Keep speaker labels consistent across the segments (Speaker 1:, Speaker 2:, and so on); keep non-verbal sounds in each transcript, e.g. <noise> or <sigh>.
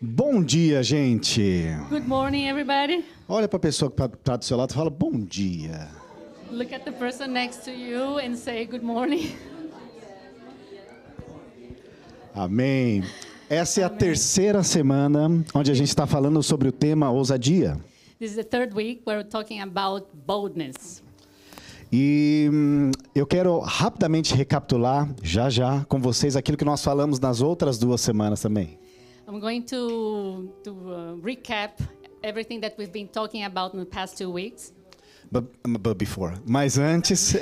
Speaker 1: Bom dia, gente.
Speaker 2: Good morning, everybody.
Speaker 1: Olha para a pessoa que está do seu lado e fala bom dia.
Speaker 2: Look at the person next to you and say good morning. <laughs>
Speaker 1: Amém. Essa é a terceira semana onde a gente está falando sobre o tema ousadia.
Speaker 2: This is the third week where we're talking about boldness.
Speaker 1: E hum, eu quero rapidamente recapitular, já já, com vocês aquilo que nós falamos nas outras duas semanas também.
Speaker 2: I'm going to, to uh, recap everything that we've been talking about in the past two weeks.
Speaker 1: But, but um, before. Mas antes,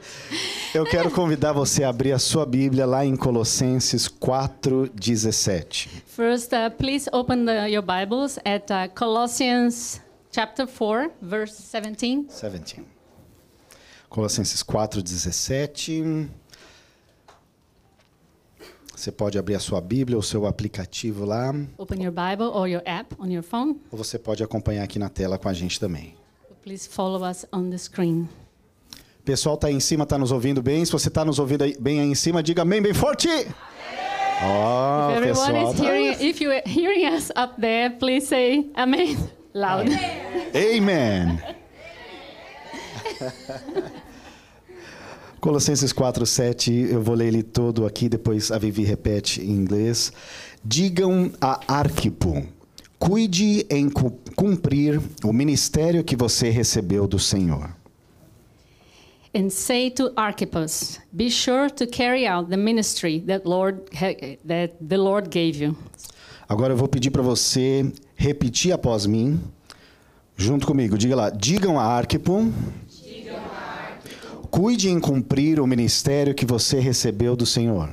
Speaker 1: <laughs> eu quero convidar você a abrir a sua Bíblia lá em Colossenses 4,17.
Speaker 2: First, uh, please open the, your Bibles at uh, Colossians chapter 4, verse 17.
Speaker 1: 17. Colossenses 4,17. Você pode abrir a sua Bíblia ou seu aplicativo lá,
Speaker 2: Open your Bible or your app on your phone.
Speaker 1: ou você pode acompanhar aqui na tela com a gente também.
Speaker 2: Please follow us on the screen.
Speaker 1: Pessoal tá aí em cima, tá nos ouvindo bem. Se você tá nos ouvindo aí- bem aí em cima, diga amém bem forte. Ó, o
Speaker 2: Everyone
Speaker 1: pessoal.
Speaker 2: is
Speaker 1: tá-
Speaker 2: hearing. If you are hearing us up there, please say amen <laughs> loud.
Speaker 1: Amen. <laughs> Colossenses 4, 7, eu vou ler ele todo aqui, depois a Vivi repete em inglês. Digam a Arquipo, cuide em cu- cumprir o ministério que você recebeu do Senhor.
Speaker 2: And say to Archippus, be sure to carry out the ministry that Lord ha- that the Lord gave you.
Speaker 1: Agora eu vou pedir para você repetir após mim, junto comigo. Diga lá, digam a Arquipo, cuide em cumprir o ministério que você recebeu do Senhor.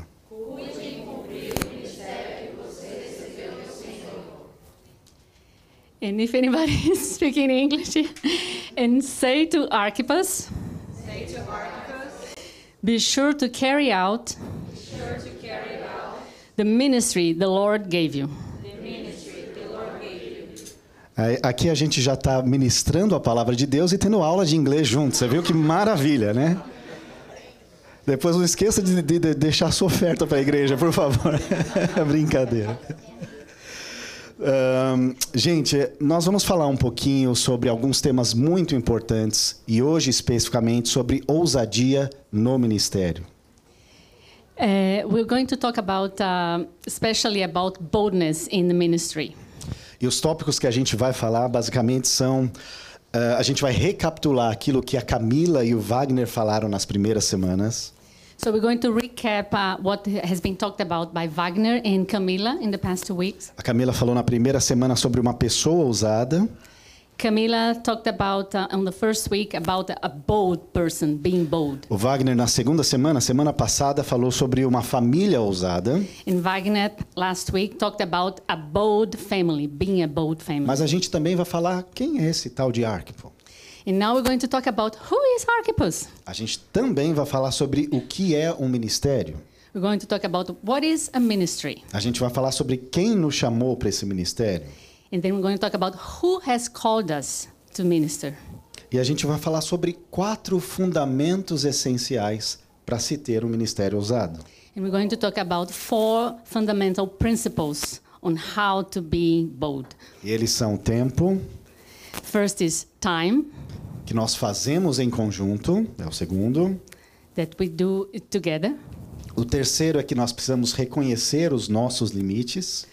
Speaker 2: And if anybody <laughs> is speaking English, <laughs> and say to Archippus, say to Archippus, be sure to carry out, be sure to carry out the ministry the Lord gave you.
Speaker 1: Aí, É, Aqui a gente já está ministrando a palavra de Deus e tendo aula de inglês junto. Você viu que maravilha, né? Depois não esqueça de, de- de deixar sua oferta para a igreja, por favor. <laughs> Brincadeira. Ahn, gente, nós vamos falar um pouquinho sobre alguns temas muito importantes e hoje especificamente sobre ousadia no ministério.
Speaker 2: Uh, we're going to talk about, um especially about boldness in the ministry.
Speaker 1: E os tópicos que a gente vai falar basicamente são. ah, a gente vai recapitular aquilo que a Camila e o Wagner falaram nas primeiras semanas.
Speaker 2: So we're going to recap uh, what has been talked about by Wagner and Camila in the past two weeks.
Speaker 1: A Camila falou na primeira semana sobre uma pessoa ousada.
Speaker 2: Camila talked about uh, on the first week about a bold person being bold,
Speaker 1: O Wagner, na segunda semana, semana passada, falou sobre uma família ousada.
Speaker 2: and Wagner last week talked about a bold family being a bold family.
Speaker 1: Mas a gente também vai falar quem é esse tal de Arquipo.
Speaker 2: and now we're going to talk about who is Archippus.
Speaker 1: A gente também vai falar sobre o que é um ministério.
Speaker 2: We're going to talk about what is a ministry,
Speaker 1: A gente vai falar sobre quem nos chamou para esse ministério.
Speaker 2: and then we're going to talk about who has called us to minister.
Speaker 1: E a gente vai falar sobre quatro fundamentos essenciais para se ter um ministério ousado.
Speaker 2: And we're going to talk about four fundamental principles on how to be bold.
Speaker 1: E eles são tempo,
Speaker 2: First is time
Speaker 1: que nós fazemos em conjunto, é o segundo.
Speaker 2: that we do it together.
Speaker 1: O terceiro é que nós precisamos reconhecer os nossos limites.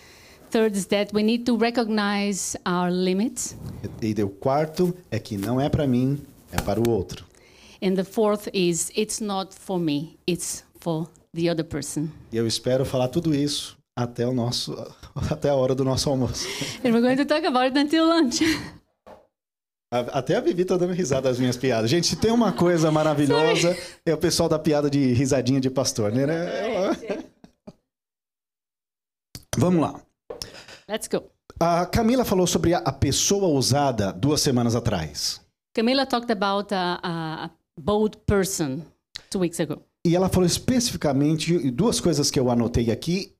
Speaker 2: Third is that we need to recognize our limits.
Speaker 1: E e o quarto é que não é para mim, é para o outro.
Speaker 2: And the fourth is it's not for me, it's for the other person.
Speaker 1: E eu espero falar tudo isso até o nosso <laughs> até a hora do nosso almoço.
Speaker 2: And we're going to talk about it until lunch. <laughs>
Speaker 1: A- Até a Vivi tá dando risada das minhas piadas. Gente, se tem uma coisa maravilhosa, é o pessoal da piada de risadinha de pastor, né? né? Vamos lá.
Speaker 2: Let's go.
Speaker 1: A Camila falou sobre a- a pessoa ousada duas semanas atrás.
Speaker 2: Camila talked about a, a bold person two weeks ago.
Speaker 1: E ela falou especificamente duas coisas que eu anotei aqui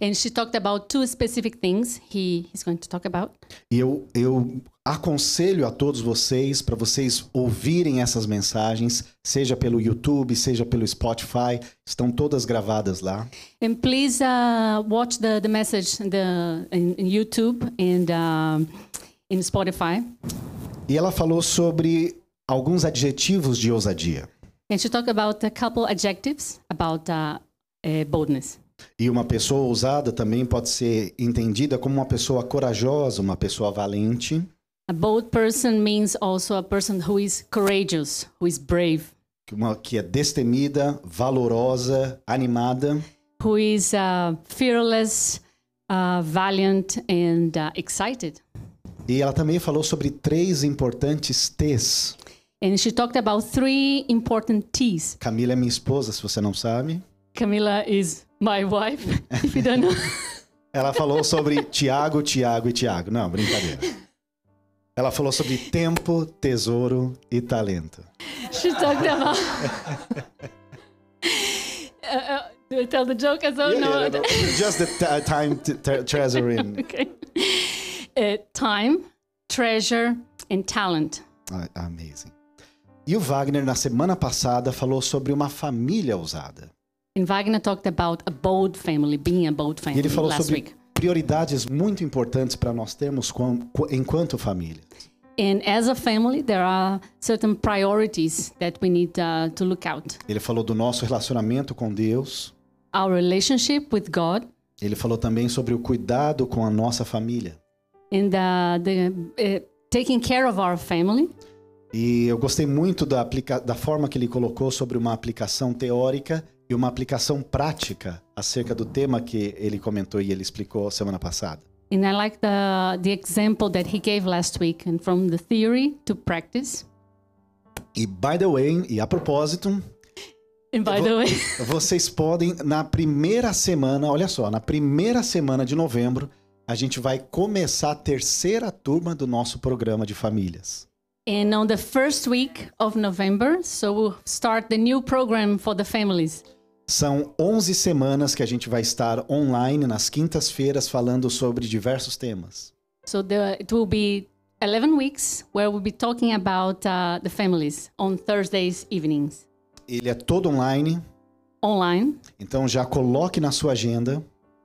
Speaker 2: And she talked about two specific things he is going to talk about.
Speaker 1: E eu, eu aconselho a todos vocês para vocês ouvirem essas mensagens, seja pelo YouTube, seja pelo Spotify, estão todas gravadas lá.
Speaker 2: And please uh, watch the, the message in, the, in, in YouTube and um in Spotify.
Speaker 1: E ela falou sobre alguns adjetivos de ousadia.
Speaker 2: And she talked about a couple adjectives about uh, uh, boldness.
Speaker 1: E uma pessoa ousada também pode ser entendida como uma pessoa corajosa, uma pessoa valente.
Speaker 2: A bold person means also a person who is courageous, who is brave,
Speaker 1: que uma que é destemida, valorosa, animada.
Speaker 2: who is uh, fearless, uh, valiant, and uh, excited.
Speaker 1: E ela também falou sobre três importantes T's.
Speaker 2: And she talked about three important T's.
Speaker 1: Camila é minha esposa, se você não sabe.
Speaker 2: Camila is my wife, <laughs> if you don't know.
Speaker 1: Ela falou <laughs> sobre Tiago, Tiago e Tiago. Não, brincadeira. Ela falou sobre tempo, tesouro e talento.
Speaker 2: she talked about. <laughs> Uh, uh, do I tell the joke as well? Oh, no. <laughs>
Speaker 1: Just the t- time t- t- treasury.
Speaker 2: Okay. Uh, time, treasure, and talent.
Speaker 1: Ah, Amazing. E o Wagner, na semana passada, falou sobre uma família ousada.
Speaker 2: And Wagner talked about a bold family, being a bold
Speaker 1: E
Speaker 2: family
Speaker 1: ele falou
Speaker 2: Uhum, last
Speaker 1: sobre
Speaker 2: week.
Speaker 1: prioridades muito importantes para nós termos com- co- enquanto família.
Speaker 2: And as a family, there are certain priorities that we need uh, to look out.
Speaker 1: Ele falou do nosso relacionamento com Deus.
Speaker 2: Our relationship with God
Speaker 1: Ele falou também sobre o cuidado com a nossa família.
Speaker 2: and uh, the uh, taking care of our family.
Speaker 1: E eu gostei muito da, aplica- da forma que ele colocou sobre uma aplicação teórica e uma aplicação prática acerca do tema que ele comentou e ele explicou semana passada.
Speaker 2: And I like the, the example that he gave last week, and from the theory to practice.
Speaker 1: E, by the way, e a propósito,
Speaker 2: And by the way, <laughs>
Speaker 1: Vocês podem, na primeira semana, olha só, na primeira semana de novembro, a gente vai começar a terceira turma do nosso programa de famílias.
Speaker 2: and on the first week of November, so we'll start the new program for the families.
Speaker 1: São 11 semanas que a gente vai estar online nas quintas-feiras falando sobre diversos temas.
Speaker 2: So the, it will be 11 weeks where we'll be talking about uh, the families on Thursdays evenings
Speaker 1: Ele é todo online,
Speaker 2: online.
Speaker 1: então já coloque na sua agenda.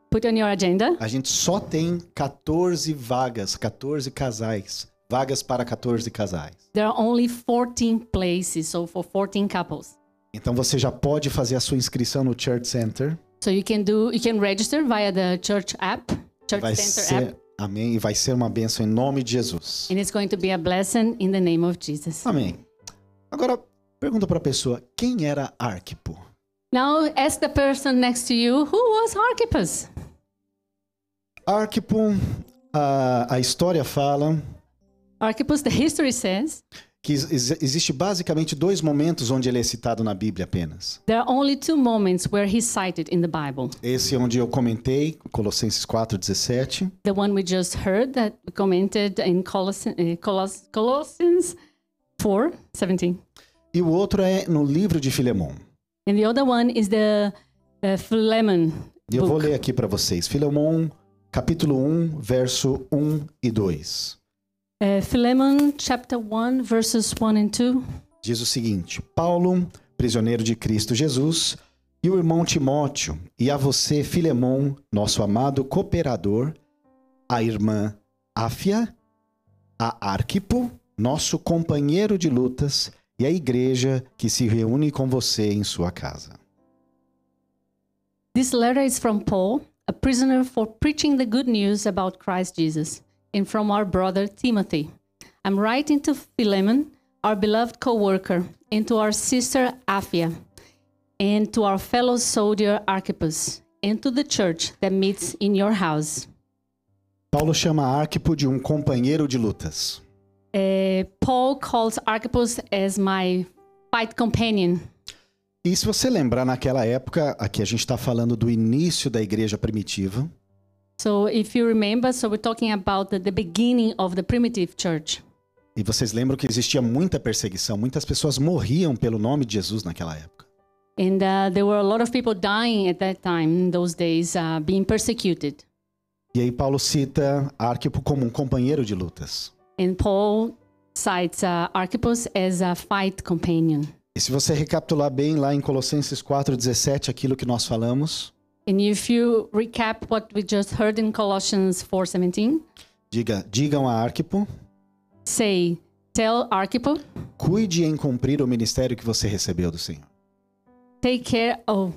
Speaker 2: Put on your agenda.
Speaker 1: A gente só tem 14 vagas, 14 casais, vagas para 14 casais.
Speaker 2: There are only 14 places, so for 14 couples.
Speaker 1: Então você já pode fazer a sua inscrição no Church Center.
Speaker 2: So you can do you can register via the church app, church
Speaker 1: Vai
Speaker 2: center app,
Speaker 1: ser, amém, e vai ser uma bênção em nome de Jesus.
Speaker 2: and it's going to be a blessing in the name of Jesus.
Speaker 1: Amém. Agora, pergunta para a pessoa, quem era Arquipo?
Speaker 2: Now ask the person next to you who was Archippus.
Speaker 1: Arquipo, a, a história fala
Speaker 2: Archippus, the history says
Speaker 1: que ex- ex- existe basicamente dois momentos onde ele é citado na Bíblia apenas.
Speaker 2: there are only two moments where he's cited in the Bible.
Speaker 1: Esse é onde eu comentei, Colossenses 4:17,
Speaker 2: The one we just heard that we commented in Colossians, uh, Coloss- Colossians 4 17.
Speaker 1: e o outro é no livro de Filemon.
Speaker 2: And the other one is the uh, Philemon
Speaker 1: E eu vou
Speaker 2: book.
Speaker 1: ler aqui para vocês. Filemon, capítulo 1, verso 1 e 2.
Speaker 2: Uh, Philemon chapter 1, verses 1 and 2.
Speaker 1: Diz o seguinte: Paulo, prisioneiro de Cristo Jesus, e o irmão Timóteo, e a você, Filemon, nosso amado cooperador, a irmã Áfia, a Arquipo, nosso companheiro de lutas, e a igreja que se reúne com você em sua casa.
Speaker 2: This letter is from Paul, a prisoner for preaching the good news about Christ Jesus, and from our brother Timothy. I'm writing to Philemon, our beloved co worker, and to our sister Aphia, and to our fellow soldier Archippus, and to the church that meets in your house.
Speaker 1: Paulo chama Arquipo de um companheiro de lutas.
Speaker 2: Uh, Paul calls Archippus as my fight companion.
Speaker 1: E se você lembrar, naquela época, aqui a gente está falando do início da igreja primitiva,
Speaker 2: So, if you remember, so we're talking about the, the beginning of the primitive church.
Speaker 1: E vocês lembram que existia muita perseguição, muitas pessoas morriam pelo nome de Jesus naquela época.
Speaker 2: And uh, there were a lot of people dying at that time, in those days, uh, being persecuted.
Speaker 1: E aí Paulo cita Arquipo como um companheiro de lutas.
Speaker 2: And Paul cites uh, Archippus as a fight companion.
Speaker 1: E se você recapitular bem lá em Colossenses 4:17 aquilo que nós falamos,
Speaker 2: And if you recap what we just heard in Colossians 4:17,
Speaker 1: diga, digam a Arquipo,
Speaker 2: say, "Tell Archippus,
Speaker 1: cuide em cumprir o ministério que você recebeu do Senhor.
Speaker 2: take care." Oh,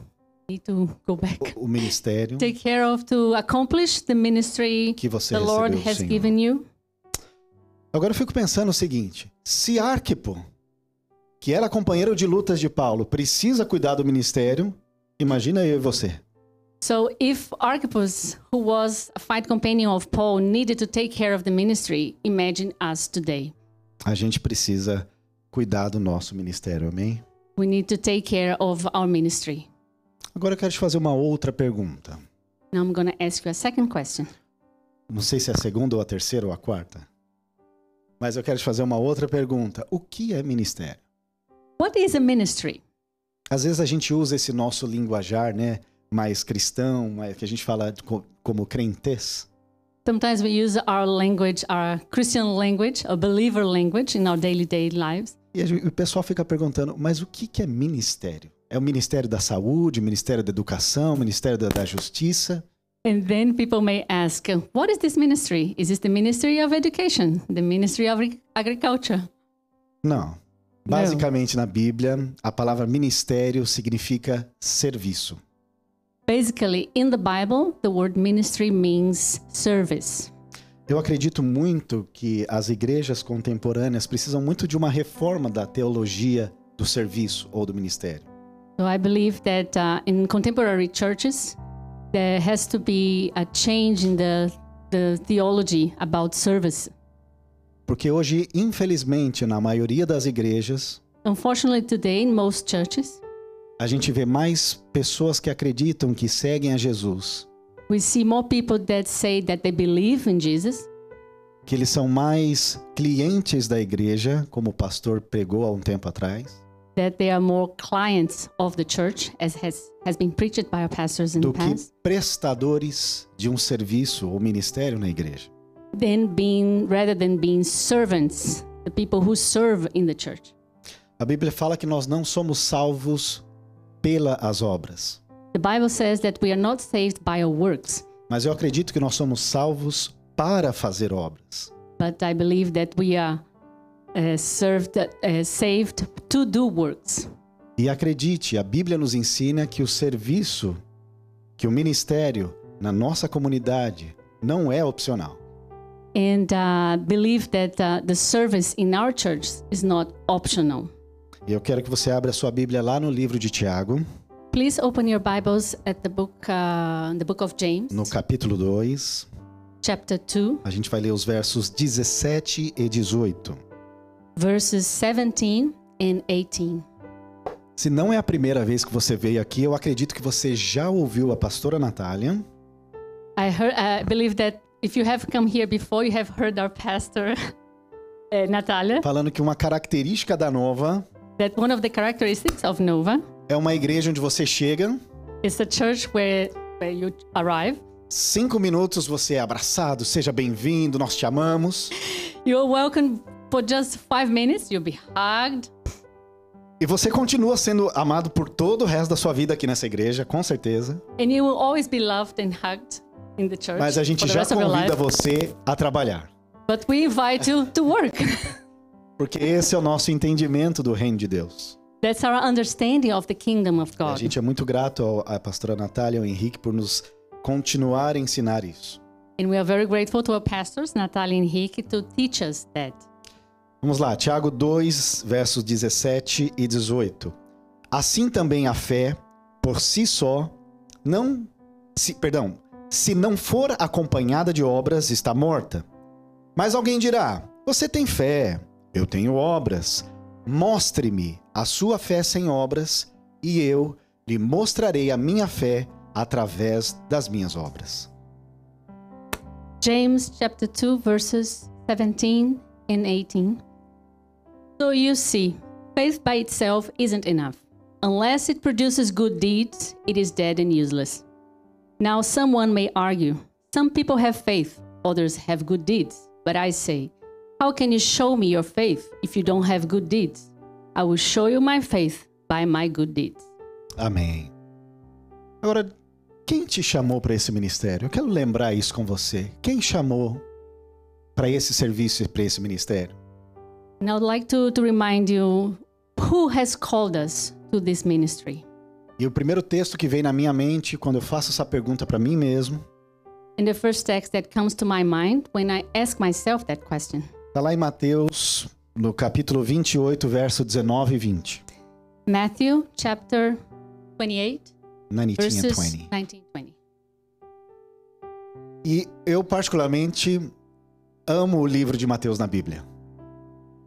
Speaker 2: need to go back.
Speaker 1: O ministério
Speaker 2: Take care of to accomplish the ministry
Speaker 1: que você
Speaker 2: the Lord
Speaker 1: recebeu do
Speaker 2: has
Speaker 1: Senhor.
Speaker 2: given you.
Speaker 1: Agora eu fico pensando o seguinte: se Arquipo, que era companheiro de lutas de Paulo, precisa cuidar do ministério, imagina eu e você.
Speaker 2: So if Archippus, who was a fight companion of Paul, needed to take care of the ministry, imagine us today.
Speaker 1: A gente precisa cuidar do nosso ministério, amém?
Speaker 2: We need to take care of our ministry.
Speaker 1: Agora eu quero te fazer uma outra pergunta.
Speaker 2: Now I'm going to ask you a second question.
Speaker 1: Não sei se é a segunda ou a terceira ou a quarta. Mas eu quero te fazer uma outra pergunta. O que é ministério?
Speaker 2: What is a ministry?
Speaker 1: Às vezes a gente usa esse nosso linguajar, né? Mais cristão, mais- que a gente fala co- como crentez.
Speaker 2: Sometimes we use our language, our Christian language, a believer language in our daily day lives.
Speaker 1: E a gente- o pessoal fica perguntando, mas o que, que é ministério? É o Ministério da Saúde, o Ministério da Educação, o Ministério da, da Justiça?
Speaker 2: And then people may ask, what is this ministry? Is this the ministry of education? The ministry of Agri- agriculture?
Speaker 1: Não. Basicamente, na Bíblia, a palavra ministério significa serviço.
Speaker 2: Basically, in the Bible, the word ministry means service.
Speaker 1: Eu acredito muito que as igrejas contemporâneas precisam muito de uma reforma da teologia do serviço ou do ministério.
Speaker 2: So I believe that uh, in contemporary churches, there has to be a change in the, the theology about service.
Speaker 1: Porque hoje, infelizmente, na maioria das igrejas,
Speaker 2: Unfortunately, today in most churches,
Speaker 1: a gente vê mais pessoas que acreditam que seguem a Jesus,
Speaker 2: we see more people that say that they believe in Jesus,
Speaker 1: que eles são mais clientes da igreja, como o pastor pregou há um tempo atrás,
Speaker 2: that they are more clients of the church, as has, has been preached by our pastors in
Speaker 1: do
Speaker 2: the
Speaker 1: que
Speaker 2: past,
Speaker 1: prestadores de um serviço ou ministério na igreja.
Speaker 2: than being rather than being servants, the people who serve in the church.
Speaker 1: A Bíblia fala que nós não somos salvos pelas obras.
Speaker 2: The Bible says that we are not saved by our works,
Speaker 1: Mas eu acredito que nós somos salvos para fazer obras.
Speaker 2: but I believe that we are uh, served, uh, saved to do works.
Speaker 1: E acredite, a Bíblia nos ensina que o serviço, que o ministério na nossa comunidade não é opcional.
Speaker 2: And uh, believe that uh, the service in our church is not optional.
Speaker 1: E eu quero que você abra sua Bíblia lá no livro de Tiago,
Speaker 2: Please open your Bibles at the book, uh, the book of James,
Speaker 1: no capítulo 2.
Speaker 2: chapter 2,
Speaker 1: A gente vai ler os versos 17 e 18.
Speaker 2: verses 17 and 18.
Speaker 1: Se não é a primeira vez que você veio aqui, eu acredito que você já ouviu a pastora Natália
Speaker 2: I heard, I believe that if you have come here before, you have heard our pastor, <laughs> uh, Natalia,
Speaker 1: falando que uma característica da Nova
Speaker 2: that one of the characteristics of Nova
Speaker 1: é uma igreja onde você chega
Speaker 2: is the church where, where you arrive.
Speaker 1: Cinco minutos você é abraçado, seja bem-vindo, nós te amamos.
Speaker 2: You're welcome for just five minutes. You'll be hugged.
Speaker 1: E você continua sendo amado por todo o resto da sua vida aqui nessa igreja, com certeza.
Speaker 2: And you will always be loved and hugged in the church
Speaker 1: Mas a gente
Speaker 2: for the
Speaker 1: já
Speaker 2: rest of your
Speaker 1: convida
Speaker 2: life.
Speaker 1: você a trabalhar.
Speaker 2: But we invite you to
Speaker 1: <laughs>
Speaker 2: work.
Speaker 1: Porque esse é o nosso entendimento do reino de Deus.
Speaker 2: That's our understanding of the kingdom of
Speaker 1: A
Speaker 2: God.
Speaker 1: gente é muito grato ao- à pastora Natália e ao Henrique por nos continuar a ensinar isso.
Speaker 2: And we are very grateful to our pastors, Natalia and Hiki, to teach us that.
Speaker 1: Vamos lá, Tiago 2, versos 17 e 18. Assim também a fé, por si só, não se, perdão, se não for acompanhada de obras, está morta. Mas alguém dirá: Você tem fé, eu tenho obras. Mostre-me a sua fé sem obras, e eu lhe mostrarei a minha fé através das minhas obras.
Speaker 2: James chapter 2, verses 17 and 18. So you see, faith by itself isn't enough. Unless it produces good deeds, it is dead and useless. Now, someone may argue some people have faith, others have good deeds. But I say, how can you show me your faith if you don't have good deeds? I will show you my faith by my good deeds.
Speaker 1: Amém. Agora, quem te chamou para esse ministério? Eu quero lembrar isso com você. Quem chamou para esse serviço e para esse ministério?
Speaker 2: And I would like to, to remind you who has called us to this ministry.
Speaker 1: E o primeiro texto que vem na minha mente quando eu faço essa pergunta para mim mesmo,
Speaker 2: And the first text that comes to my mind when I ask myself that question
Speaker 1: tá lá em Mateus, no capítulo 28, verso 19 e 20.
Speaker 2: Matthew chapter 28,
Speaker 1: Nanitinha
Speaker 2: verses
Speaker 1: 20.
Speaker 2: 19 20.
Speaker 1: E eu particularmente amo o livro de Mateus na Bíblia.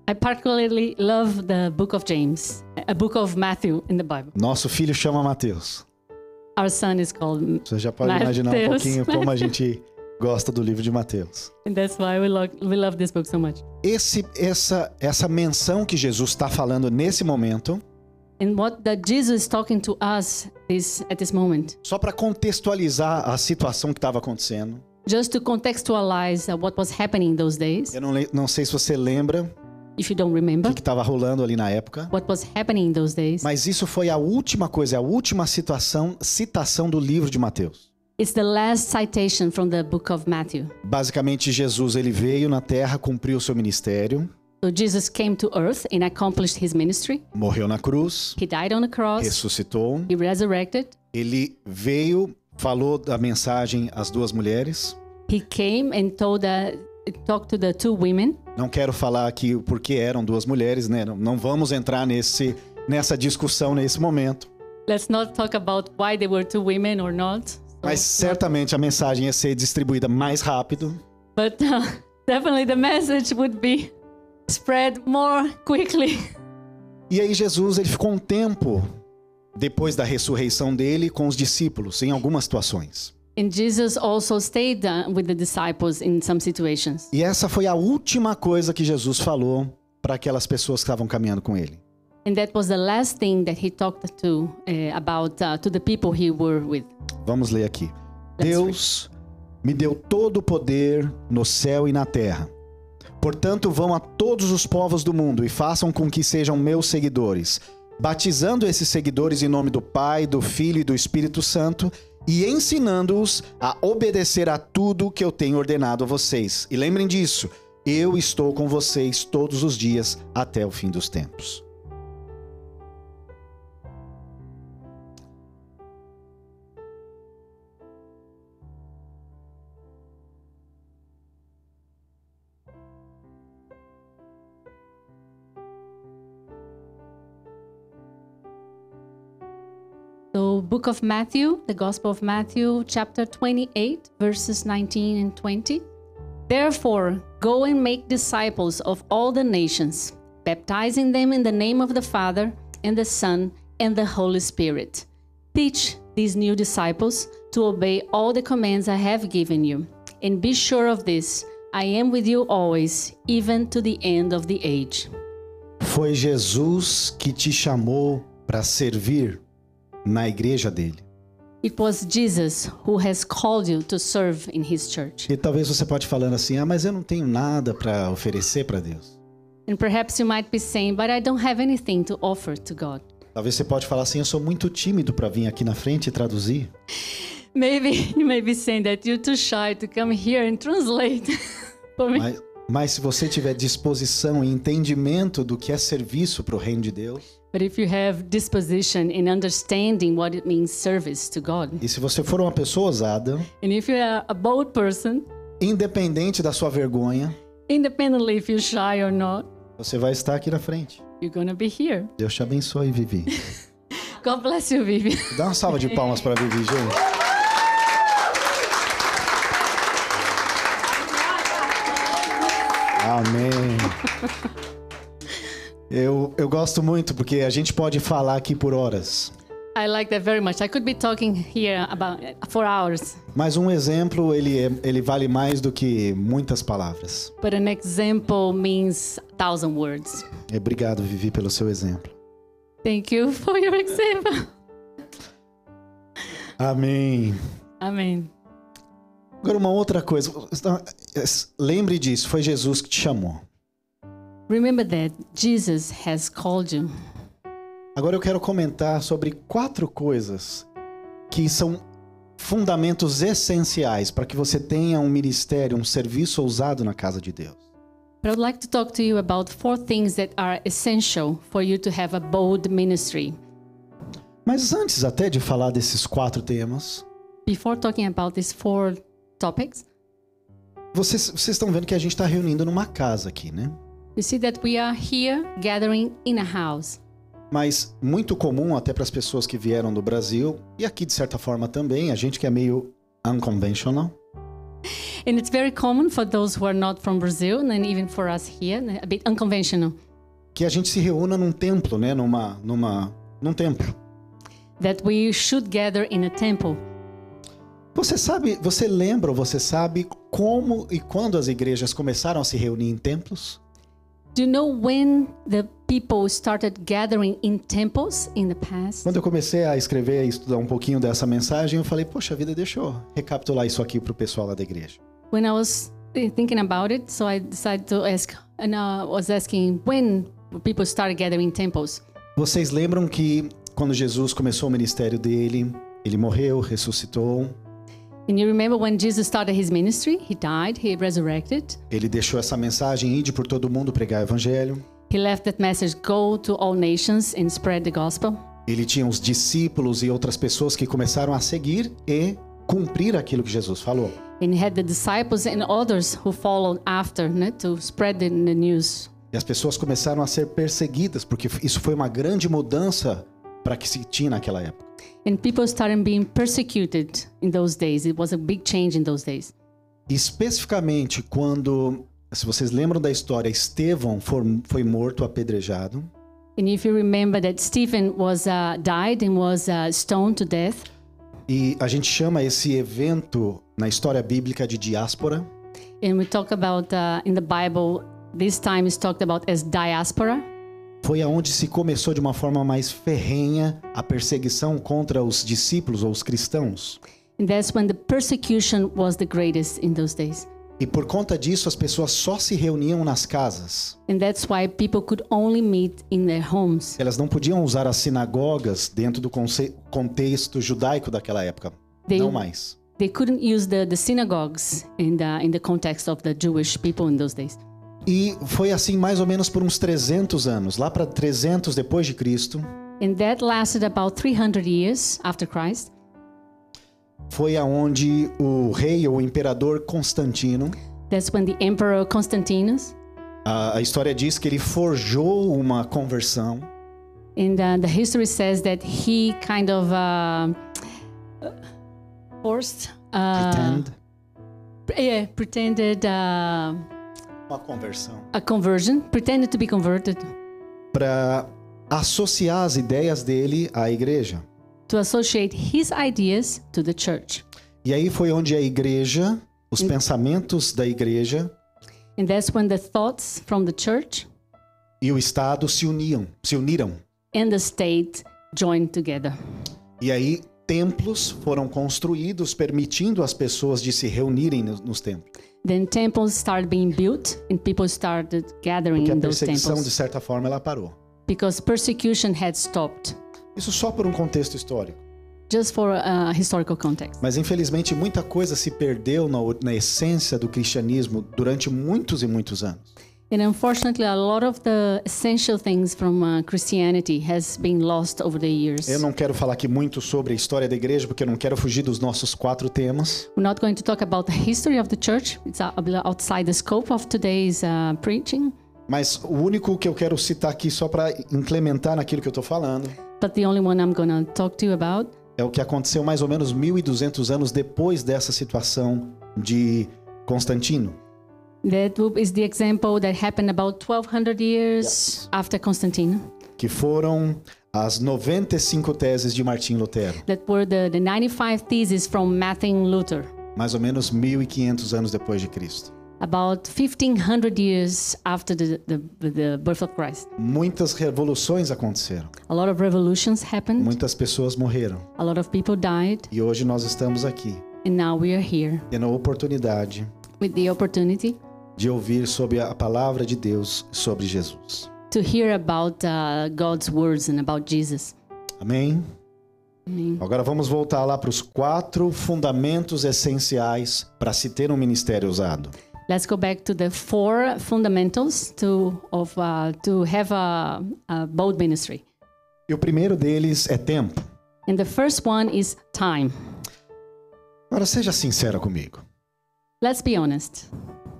Speaker 2: I particularly love the book of James, a book of Matthew in the Bible.
Speaker 1: Nosso filho chama Mateus.
Speaker 2: Our son is called,
Speaker 1: Você já pode
Speaker 2: Mateus.
Speaker 1: imaginar um pouquinho como
Speaker 2: <laughs>
Speaker 1: a gente gosta do livro de Mateus.
Speaker 2: and that's why we, lo- we love this book so much.
Speaker 1: Esse, essa, essa menção que Jesus está falando nesse momento,
Speaker 2: And what that Jesus is talking to us this, at this moment,
Speaker 1: só para contextualizar a situação que estava acontecendo.
Speaker 2: just to contextualize uh, what was happening those days,
Speaker 1: Eu não, le- não sei se você lembra
Speaker 2: if you don't
Speaker 1: o
Speaker 2: remember
Speaker 1: que estava rolando ali na época,
Speaker 2: what was happening those days.
Speaker 1: mas isso foi a última coisa, a última situação, citação do livro de Mateus.
Speaker 2: It's the last citation from the book of Matthew.
Speaker 1: Basicamente, Jesus ele veio na terra, cumpriu o seu ministério,
Speaker 2: So Jesus came to earth and accomplished his ministry.
Speaker 1: morreu na cruz,
Speaker 2: He died on the cross.
Speaker 1: ressuscitou.
Speaker 2: He resurrected.
Speaker 1: Ele veio, falou da mensagem às duas mulheres.
Speaker 2: He came and told uh, talked to the two women.
Speaker 1: Não quero falar aqui o porquê eram duas mulheres, né? Não, não vamos entrar nesse, nessa discussão nesse momento.
Speaker 2: Let's not talk about why they were two women or not. So-
Speaker 1: Mas certamente a mensagem ia ser distribuída mais rápido.
Speaker 2: but uh, <laughs> definitely the message would be spread more quickly. <laughs>
Speaker 1: E aí Jesus ele ficou um tempo depois da ressurreição dele com os discípulos em algumas situações.
Speaker 2: And Jesus also stayed uh, with the disciples in some situations.
Speaker 1: E essa foi a última coisa que Jesus falou para aquelas pessoas que estavam caminhando com ele.
Speaker 2: And that was the last thing that he talked to uh, about uh, to the people he were with.
Speaker 1: Vamos ler aqui. Deus me deu todo o poder no céu e na terra. Portanto, vão a todos os povos do mundo e façam com que sejam meus seguidores, batizando esses seguidores em nome do Pai, do Filho e do Espírito Santo e ensinando-os a obedecer a tudo que eu tenho ordenado a vocês. E lembrem disso, eu estou com vocês todos os dias até o fim dos tempos.
Speaker 2: So, Book of Matthew, the Gospel of Matthew, chapter 28, verses 19 and 20. Therefore, go and make disciples of all the nations, baptizing them in the name of the Father, and the Son, and the Holy Spirit. Teach these new disciples to obey all the commands I have given you. And be sure of this I am with you always, even to the end of the age.
Speaker 1: Foi Jesus que te chamou para servir na igreja dele.
Speaker 2: It was Jesus who has called you to serve in his church.
Speaker 1: E talvez você pode falando assim: "Ah, mas eu não tenho nada para oferecer para Deus".
Speaker 2: And perhaps you might be saying, but I don't have anything to offer to God.
Speaker 1: Talvez você pode falar assim: "Eu sou muito tímido para vir aqui na frente e traduzir".
Speaker 2: Maybe <laughs> you may be saying that you're too shy to come here and translate <laughs> for me.
Speaker 1: Mas, mas se você tiver disposição e entendimento do que é serviço para o reino de Deus,
Speaker 2: But if you have disposition in understanding what it means service to God,
Speaker 1: e se você for uma pessoa ousada,
Speaker 2: and if you are a bold person,
Speaker 1: independente da sua vergonha,
Speaker 2: independently if you're shy or not,
Speaker 1: você vai estar aqui na frente.
Speaker 2: you're gonna be here.
Speaker 1: Deus te abençoe, Vivi.
Speaker 2: God bless you, Vivi. <laughs>
Speaker 1: Dá uma salva de palmas para Vivi, gente. Amém. Eu, eu gosto muito porque a gente pode falar aqui por horas.
Speaker 2: I like that very much. I could be talking here about for hours,
Speaker 1: Mas um exemplo, ele, é- ele vale mais do que muitas palavras.
Speaker 2: but an example means a thousand words.
Speaker 1: Obrigado, Vivi, pelo seu exemplo.
Speaker 2: Thank you <laughs> for your example.
Speaker 1: Amém.
Speaker 2: Amém.
Speaker 1: Agora, uma outra coisa. Lembre disso, foi Jesus que te chamou.
Speaker 2: Remember that Jesus has called you.
Speaker 1: Agora eu quero comentar sobre quatro coisas que são fundamentos essenciais para que você tenha um ministério, um serviço ousado na casa de Deus.
Speaker 2: But I'd like to talk to you about four things that are essential for you to have a bold ministry.
Speaker 1: Mas antes até de falar desses quatro temas,
Speaker 2: Before talking about these four topics,
Speaker 1: vocês, vocês estão vendo que a gente está reunindo numa casa aqui, né?
Speaker 2: you see that we are here gathering in a house.
Speaker 1: Mas muito comum até para as pessoas que vieram do Brasil e aqui de certa forma também, a gente que é meio unconventional.
Speaker 2: And it's very common for those who are not from Brazil and even for us here, a bit unconventional,
Speaker 1: que a gente se reúna num templo, né? Numa, numa, num templo.
Speaker 2: that we should gather in a temple.
Speaker 1: Você sabe, você lembra, ou você sabe como e quando as igrejas começaram a se reunir em templos?
Speaker 2: Do you know when the people started gathering in temples in the past?
Speaker 1: Quando eu comecei a escrever e estudar um pouquinho dessa mensagem, eu falei, poxa vida, deixa eu recapitular isso aqui pro pessoal lá da igreja.
Speaker 2: When I was eh, thinking about it, so I decided to ask, and I was asking when people started gathering in temples.
Speaker 1: Vocês lembram que quando Jesus começou o ministério dele, ele morreu, ressuscitou,
Speaker 2: And you remember when Jesus started his ministry? He died, he resurrected.
Speaker 1: ele deixou essa mensagem, ide por todo mundo pregar o evangelho.
Speaker 2: He left that message go to all nations and spread the gospel.
Speaker 1: Ele tinha os discípulos e outras pessoas que começaram a seguir e cumprir aquilo que Jesus falou.
Speaker 2: And he had the disciples and others who followed after né, to spread the, the news.
Speaker 1: E as pessoas começaram a ser perseguidas, porque isso foi uma grande mudança para que se tinha naquela época.
Speaker 2: And people started being persecuted in those days. It was a big change in those days.
Speaker 1: Especificamente quando, se vocês lembram da história, Estevão for- foi morto apedrejado.
Speaker 2: And if you remember that Stephen was uh, died and was uh, stoned to death,
Speaker 1: E a gente chama esse evento na história bíblica de diáspora.
Speaker 2: and we talk about uh, in the Bible, this time is talked about as diaspora.
Speaker 1: Foi aonde se começou de uma forma mais ferrenha a perseguição contra os discípulos ou os cristãos.
Speaker 2: And that's when the persecution was the greatest in those days.
Speaker 1: E por conta disso, as pessoas só se reuniam nas casas.
Speaker 2: And that's why people could only meet in their homes.
Speaker 1: Elas não podiam usar as sinagogas dentro do conce- contexto judaico daquela época.
Speaker 2: They,
Speaker 1: Não mais.
Speaker 2: they couldn't use the, the synagogues in the, in the context of the Jewish people in those days.
Speaker 1: E foi assim mais ou menos por uns 300 anos, lá para 300 depois de Cristo,
Speaker 2: And that lasted about 300 years after Christ.
Speaker 1: foi aonde o rei ou o imperador Constantino,
Speaker 2: That's when the Emperor Constantinus,
Speaker 1: a, a história diz que ele forjou uma conversão
Speaker 2: and uh, the history says that he kind of uh, forced, uh,
Speaker 1: pretend,
Speaker 2: yeah, pretended uh,
Speaker 1: uma conversão
Speaker 2: a conversion, pretended to be converted
Speaker 1: para associar as ideias dele à igreja.
Speaker 2: to associate his ideas to the church.
Speaker 1: E aí foi onde a igreja, os pensamentos da igreja
Speaker 2: And that's when the thoughts from the church
Speaker 1: e o Estado se uniam, se uniram.
Speaker 2: and the state joined together.
Speaker 1: E aí templos foram construídos permitindo as pessoas de se reunirem nos, nos templos.
Speaker 2: Then temples started being built and people started gathering
Speaker 1: Porque a
Speaker 2: in those
Speaker 1: perseguição de
Speaker 2: temples
Speaker 1: certa forma ela parou.
Speaker 2: because persecution had stopped,
Speaker 1: Isso só por um contexto histórico.
Speaker 2: just for a historical context.
Speaker 1: Mas infelizmente muita coisa se perdeu na, o- na essência do cristianismo durante muitos e muitos anos.
Speaker 2: And unfortunately, a lot of the essential things from uh, Christianity has been lost over the years.
Speaker 1: Eu não quero falar aqui muito sobre a história da igreja porque eu não quero fugir dos nossos quatro temas.
Speaker 2: We're not going to talk about the history of the church. It's uh, outside the scope of today's uh, preaching.
Speaker 1: Mas o único que eu quero citar aqui só para implementar naquilo que eu estou falando
Speaker 2: But the only one I'm going to talk to you about
Speaker 1: é o que aconteceu mais ou menos 1200 anos depois dessa situação de Constantino.
Speaker 2: That w- is the example that happened about 1200 years after Constantine.
Speaker 1: que foram as 95 teses de Martim Lutero,
Speaker 2: That were the, the 95 theses from Martin Luther,
Speaker 1: mais ou menos 1500 anos depois de Cristo.
Speaker 2: about 1500 years after the, the, the birth of Christ.
Speaker 1: Muitas revoluções aconteceram.
Speaker 2: A lot of revolutions happened,
Speaker 1: Muitas pessoas morreram.
Speaker 2: a lot of people died,
Speaker 1: E hoje nós estamos aqui,
Speaker 2: and now we are here
Speaker 1: tendo a oportunidade
Speaker 2: with the opportunity
Speaker 1: de ouvir sobre a palavra de Deus sobre Jesus.
Speaker 2: to hear about uh, God's words and about Jesus.
Speaker 1: Amém?
Speaker 2: Amém.
Speaker 1: Agora vamos voltar lá para os quatro fundamentos essenciais para se ter um ministério usado.
Speaker 2: Let's go back to the four fundamentals to, of, uh, to have a, a bold ministry.
Speaker 1: E o primeiro deles é tempo.
Speaker 2: And the first one is time.
Speaker 1: Agora seja sincera comigo.
Speaker 2: Let's be honest.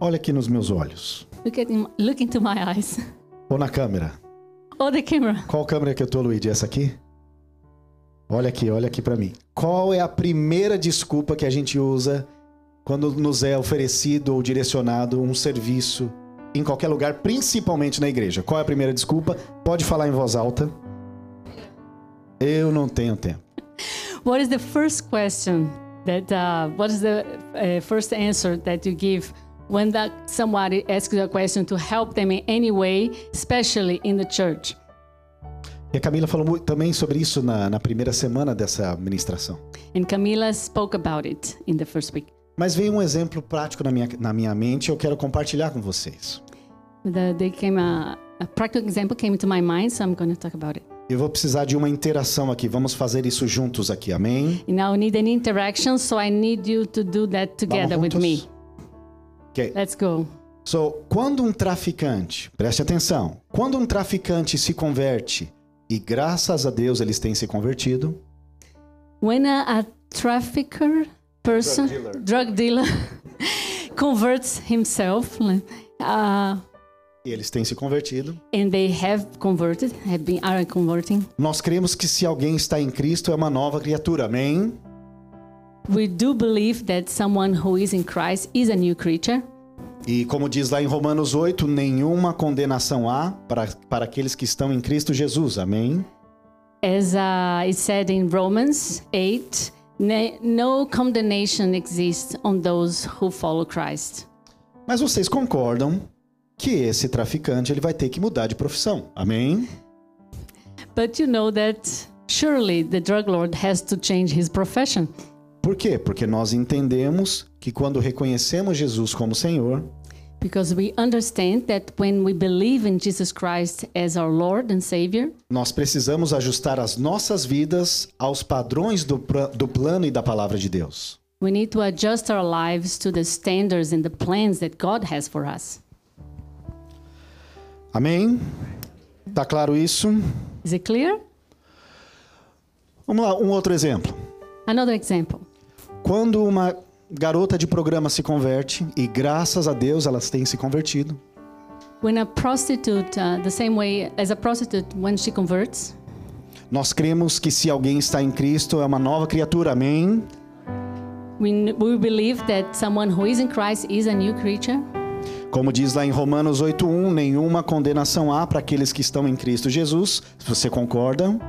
Speaker 1: Olha aqui nos meus olhos.
Speaker 2: Look, at him, look into my eyes. <laughs>
Speaker 1: Ou na câmera.
Speaker 2: Oh, the camera.
Speaker 1: Qual câmera que eu tô, Luigi? Essa aqui? Olha aqui, olha aqui para mim. Qual é a primeira desculpa que a gente usa quando nos é oferecido ou direcionado um serviço em qualquer lugar, principalmente na igreja? Qual é a primeira desculpa? Pode falar em voz alta. Eu não tenho tempo.
Speaker 2: What is the first question that, uh, what is the uh, first answer that you give when that somebody asks you a question to help them in any way, especially in the church?
Speaker 1: E a Camila falou mu- também sobre isso na, na primeira semana dessa ministração.
Speaker 2: And Camila spoke about it in the first week.
Speaker 1: Mas veio um exemplo prático na minha, na minha mente e eu quero compartilhar com vocês.
Speaker 2: The, they came a, a practical example came to my mind, so I'm going to talk about it.
Speaker 1: Eu vou precisar de uma interação aqui. Vamos fazer isso juntos aqui, amém?
Speaker 2: And now I need an interaction, so I need you to do that together
Speaker 1: Vamos
Speaker 2: with me.
Speaker 1: juntos? Ok.
Speaker 2: Let's go.
Speaker 1: So, quando um traficante, preste atenção, quando um traficante se converte, e graças a Deus eles têm se convertido,
Speaker 2: When a, a trafficker person, drug dealer, <laughs> converts himself, uh,
Speaker 1: e eles têm se convertido,
Speaker 2: and they have converted, have been are converting,
Speaker 1: nós cremos que se alguém está em Cristo é uma nova criatura, amém?
Speaker 2: we do believe that someone who is in Christ is a new creature.
Speaker 1: E como diz lá em Romanos 8, nenhuma condenação há para, para aqueles que estão em Cristo Jesus, amém?
Speaker 2: As uh, it said in Romans 8, ne- no condemnation exists on those who follow Christ.
Speaker 1: Mas vocês concordam que esse traficante ele vai ter que mudar de profissão, amém?
Speaker 2: But you know that surely the drug lord has to change his profession
Speaker 1: Por quê? Porque nós entendemos que quando reconhecemos Jesus como Senhor,
Speaker 2: because we understand that when we believe in Jesus Christ as our Lord and Savior,
Speaker 1: Nós precisamos ajustar as nossas vidas aos padrões do, pra- do plano e da palavra de Deus.
Speaker 2: we need to adjust our lives to the standards and the plans that God has for us.
Speaker 1: Amém? Tá claro isso?
Speaker 2: Is it clear?
Speaker 1: Vamos lá, um outro exemplo.
Speaker 2: Another example.
Speaker 1: Quando uma garota de programa se converte, e graças a Deus elas têm se convertido,
Speaker 2: When a prostitute, uh, the same way as a prostitute, when she converts,
Speaker 1: nós cremos que se alguém está em Cristo é uma nova criatura, amém?
Speaker 2: we, kn- we believe that someone who is in Christ is a new creature.
Speaker 1: Como diz lá em Romanos 8:1, nenhuma condenação há para aqueles que estão em Cristo Jesus. Você concorda?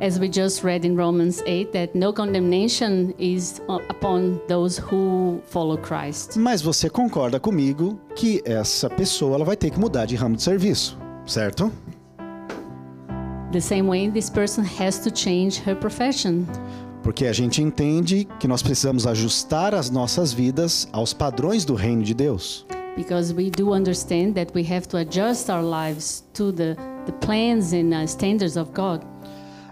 Speaker 2: As we just read in Romans 8, that no condemnation is u- upon those who follow Christ.
Speaker 1: Mas você concorda comigo que essa pessoa ela vai ter que mudar de ramo de serviço, certo?
Speaker 2: The same way, this person has to change her profession
Speaker 1: Porque a gente entende que nós precisamos ajustar as nossas vidas aos padrões do reino de Deus.
Speaker 2: because we do understand that we have to adjust our lives to the, the plans and uh, standards of God.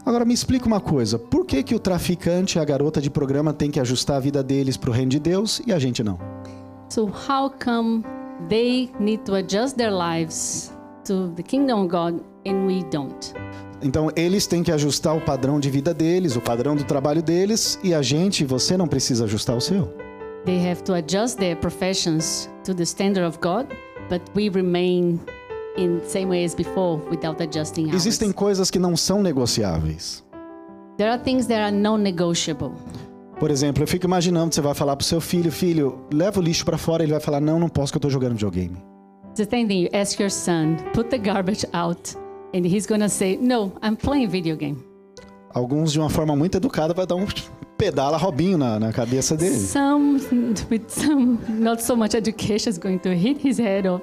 Speaker 1: Agora me explica uma coisa, por que que o traficante e a garota de programa tem que ajustar a vida deles para o reino de Deus e a gente não?
Speaker 2: So, how come they need to adjust their lives to the kingdom of God and we don't?
Speaker 1: Então eles têm que ajustar o padrão de vida deles, o padrão do trabalho deles e a gente, você não precisa ajustar o seu.
Speaker 2: They have to adjust their professions to the standard of God, but we remain in same way as before without adjusting ours.
Speaker 1: Existem coisas que não são negociáveis.
Speaker 2: There are things that are non-negotiable.
Speaker 1: Por exemplo, eu fico imaginando, você vai falar pro seu filho, filho, leva o lixo pra fora, ele vai falar, não, não posso que eu tô jogando videogame.
Speaker 2: The thing that you ask your son, put the garbage out, and he's gonna say, "No, I'm playing video game."
Speaker 1: Alguns, de uma forma muito educada, vai dar um <laughs> pedala Robinho na, na cabeça dele.
Speaker 2: Some, with some, not so much education, is going to hit his head off.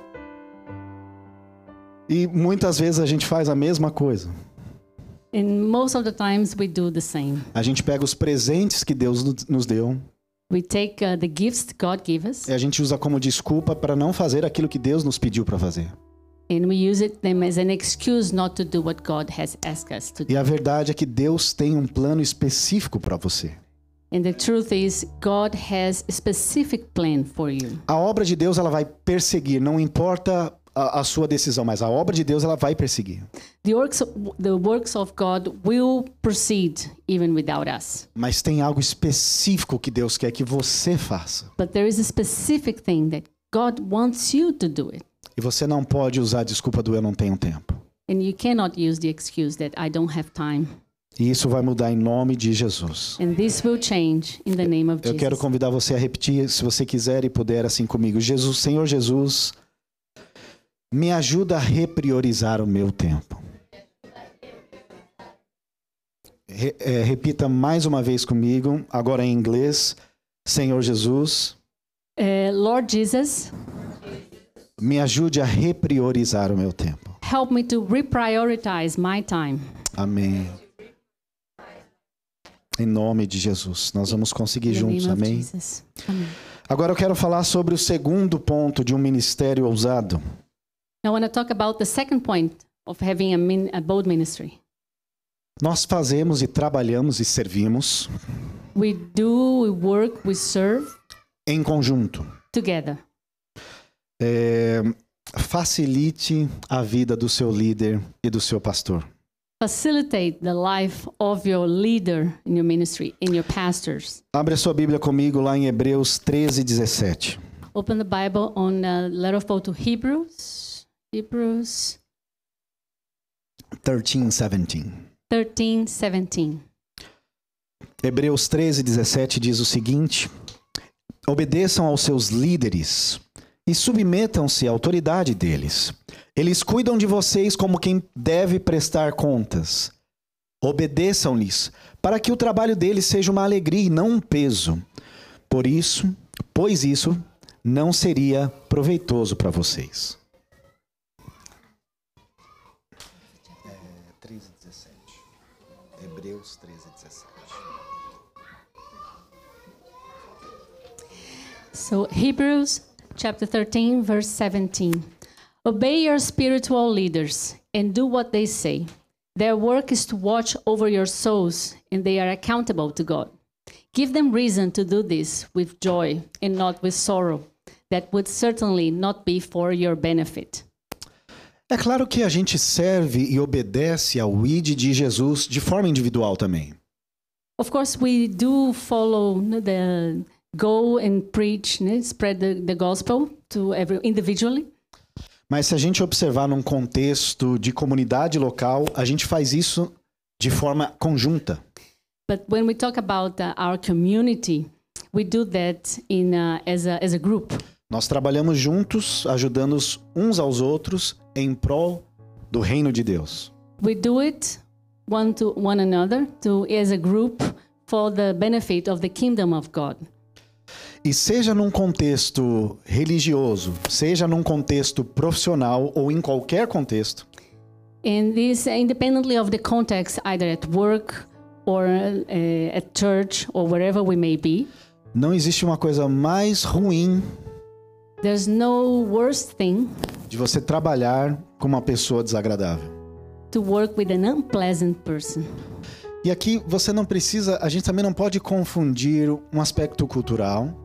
Speaker 1: E muitas vezes a gente faz a mesma coisa.
Speaker 2: And most of the times we do the same.
Speaker 1: A gente pega os presentes que Deus no- nos deu
Speaker 2: We take uh, the gifts God gave us
Speaker 1: e a gente usa como desculpa para não fazer aquilo que Deus nos pediu para fazer.
Speaker 2: and we use it them as an excuse not to do what God has asked us to do.
Speaker 1: E a verdade é que Deus tem um plano específico para você.
Speaker 2: And the truth is, God has a specific plan for you.
Speaker 1: A obra de Deus ela vai perseguir, não importa a, a sua decisão, mas a obra de Deus ela vai perseguir.
Speaker 2: The works, the works of God will proceed even without us.
Speaker 1: Mas tem algo específico que Deus quer que você faça.
Speaker 2: But there is a specific thing that God wants you to do it.
Speaker 1: E você não pode usar a desculpa do eu não tenho tempo.
Speaker 2: And you cannot use the excuse that I don't have time.
Speaker 1: E isso vai mudar em nome de Jesus.
Speaker 2: And this will change in the name of
Speaker 1: Eu quero
Speaker 2: Jesus.
Speaker 1: convidar você a repetir, se você quiser e puder, assim comigo. Jesus, Senhor Jesus, me ajuda a repriorizar o meu tempo. Re- eh, repita mais uma vez comigo, agora em inglês. Senhor Jesus,
Speaker 2: Uh, Lord Jesus,
Speaker 1: me ajude a repriorizar o meu tempo.
Speaker 2: help me to reprioritize my time.
Speaker 1: Amém. Em nome de Jesus, nós vamos conseguir
Speaker 2: In the
Speaker 1: E juntos,
Speaker 2: name of
Speaker 1: amém?
Speaker 2: Jesus. Amen.
Speaker 1: Agora eu quero falar sobre o segundo ponto de um ministério ousado.
Speaker 2: Now I want to talk about the second point of having a, min, a bold ministry.
Speaker 1: Nós fazemos e trabalhamos e servimos
Speaker 2: We do, we work, we serve
Speaker 1: em conjunto.
Speaker 2: together.
Speaker 1: É, facilite a vida do seu líder e do seu pastor.
Speaker 2: Facilitate the life of your leader in your ministry, in your pastors.
Speaker 1: Abre a sua Bíblia comigo lá em Hebreus 13, 17.
Speaker 2: Open the Bible on uh, letter of Paul to Hebrews, Hebrews
Speaker 1: 13, 17.
Speaker 2: 13, 17.
Speaker 1: Hebreus 13, 17 diz o seguinte: Obedeçam aos seus líderes e submetam-se à autoridade deles. Eles cuidam de vocês como quem deve prestar contas. Obedeçam-lhes, para que o trabalho deles seja uma alegria e não um peso. Por isso, pois isso não seria proveitoso para vocês. É, 13, 17. Hebreus 13, 17.
Speaker 2: So Hebrews chapter 13, verse 17. Obey your spiritual leaders and do what they say. Their work is to watch over your souls, and they are accountable to God. Give them reason to do this with joy and not with sorrow. That would certainly not be for your benefit.
Speaker 1: É claro que a gente serve e obedece ao ID de Jesus de forma individual também.
Speaker 2: Of course, we do follow the go and preach, né, spread the, the gospel to every individually.
Speaker 1: Mas se a gente observar num contexto de comunidade local, a gente faz isso de forma conjunta.
Speaker 2: But when we talk about uh, our community, we do that in uh, as a as a group.
Speaker 1: Nós trabalhamos juntos, ajudando os uns aos outros em prol do reino de Deus.
Speaker 2: We do it one to one another to as a group for the benefit of the kingdom of God.
Speaker 1: E seja num contexto religioso, seja num contexto profissional ou em qualquer contexto,
Speaker 2: And this independently of the context, either at work or uh, at church or wherever we may be.
Speaker 1: não existe uma coisa mais ruim
Speaker 2: There's no worse thing
Speaker 1: de você trabalhar com uma pessoa desagradável.
Speaker 2: to work with an unpleasant person.
Speaker 1: E aqui você não precisa, a gente também não pode confundir um aspecto cultural,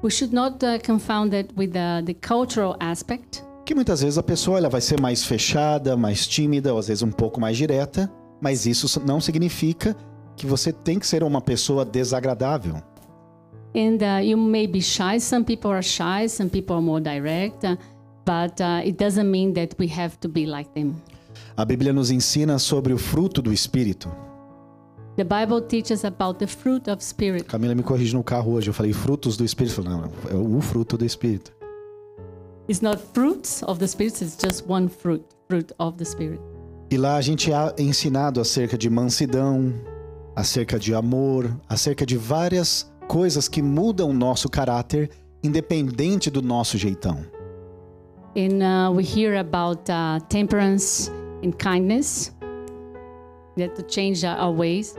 Speaker 2: We should not uh, confound it with uh, the cultural aspect.
Speaker 1: que muitas vezes a pessoa ela vai ser mais fechada, mais tímida, ou às vezes um pouco mais direta, mas isso não significa que você tem que ser uma pessoa desagradável.
Speaker 2: And uh, you may be shy. Some people are shy, some people are more direct, uh, but uh, it doesn't mean that we have to be like them.
Speaker 1: A Bíblia nos ensina sobre o fruto do espírito.
Speaker 2: The Bible teaches about the fruit of spirit.
Speaker 1: Camila me corrige no carro hoje, eu falei frutos do espírito, Eu falei, não, é o fruto do espírito.
Speaker 2: It's not fruits of the spirit, it's just one fruit, fruit of the spirit.
Speaker 1: E lá a gente é ensinado acerca de mansidão, acerca de amor, acerca de várias coisas que mudam o nosso caráter, independente do nosso jeitão.
Speaker 2: And uh, we hear about uh, temperance and kindness. We have to change our- our ways.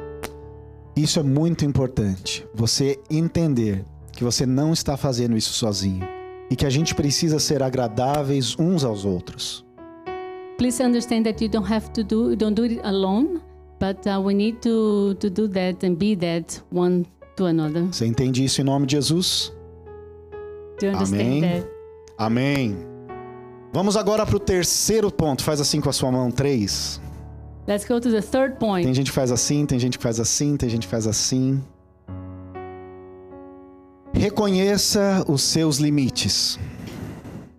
Speaker 1: Isso é muito importante. Você entender que você não está fazendo isso sozinho e que a gente precisa ser agradáveis uns aos outros.
Speaker 2: Please understand that you don't have to do you don't do it alone, but uh, we need to to do that and be that one to another.
Speaker 1: Você entende isso em nome de Jesus?
Speaker 2: Do you understand
Speaker 1: Amém.
Speaker 2: that?
Speaker 1: Amém. Vamos agora para o terceiro ponto. Faz assim com a sua mão, três.
Speaker 2: Let's go to the third
Speaker 1: Tem
Speaker 2: point.
Speaker 1: gente que faz assim, tem gente que faz assim, tem gente que faz assim. Reconheça os seus limites.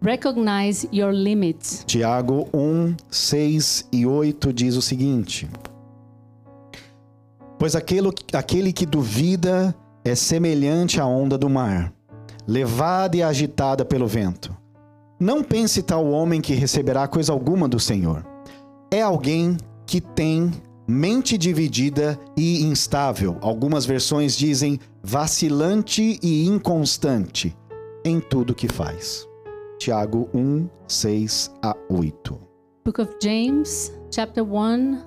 Speaker 2: Recognize your limits.
Speaker 1: Tiago 1, 6 e 8 diz o seguinte: Pois aquele, aquele que duvida é semelhante à onda do mar, levada e agitada pelo vento. Não pense tal homem que receberá coisa alguma do Senhor. É alguém que tem mente dividida e instável. Algumas versões dizem vacilante e inconstante em tudo que faz. Tiago 1, 6 a 8.
Speaker 2: Book of James, chapter 1,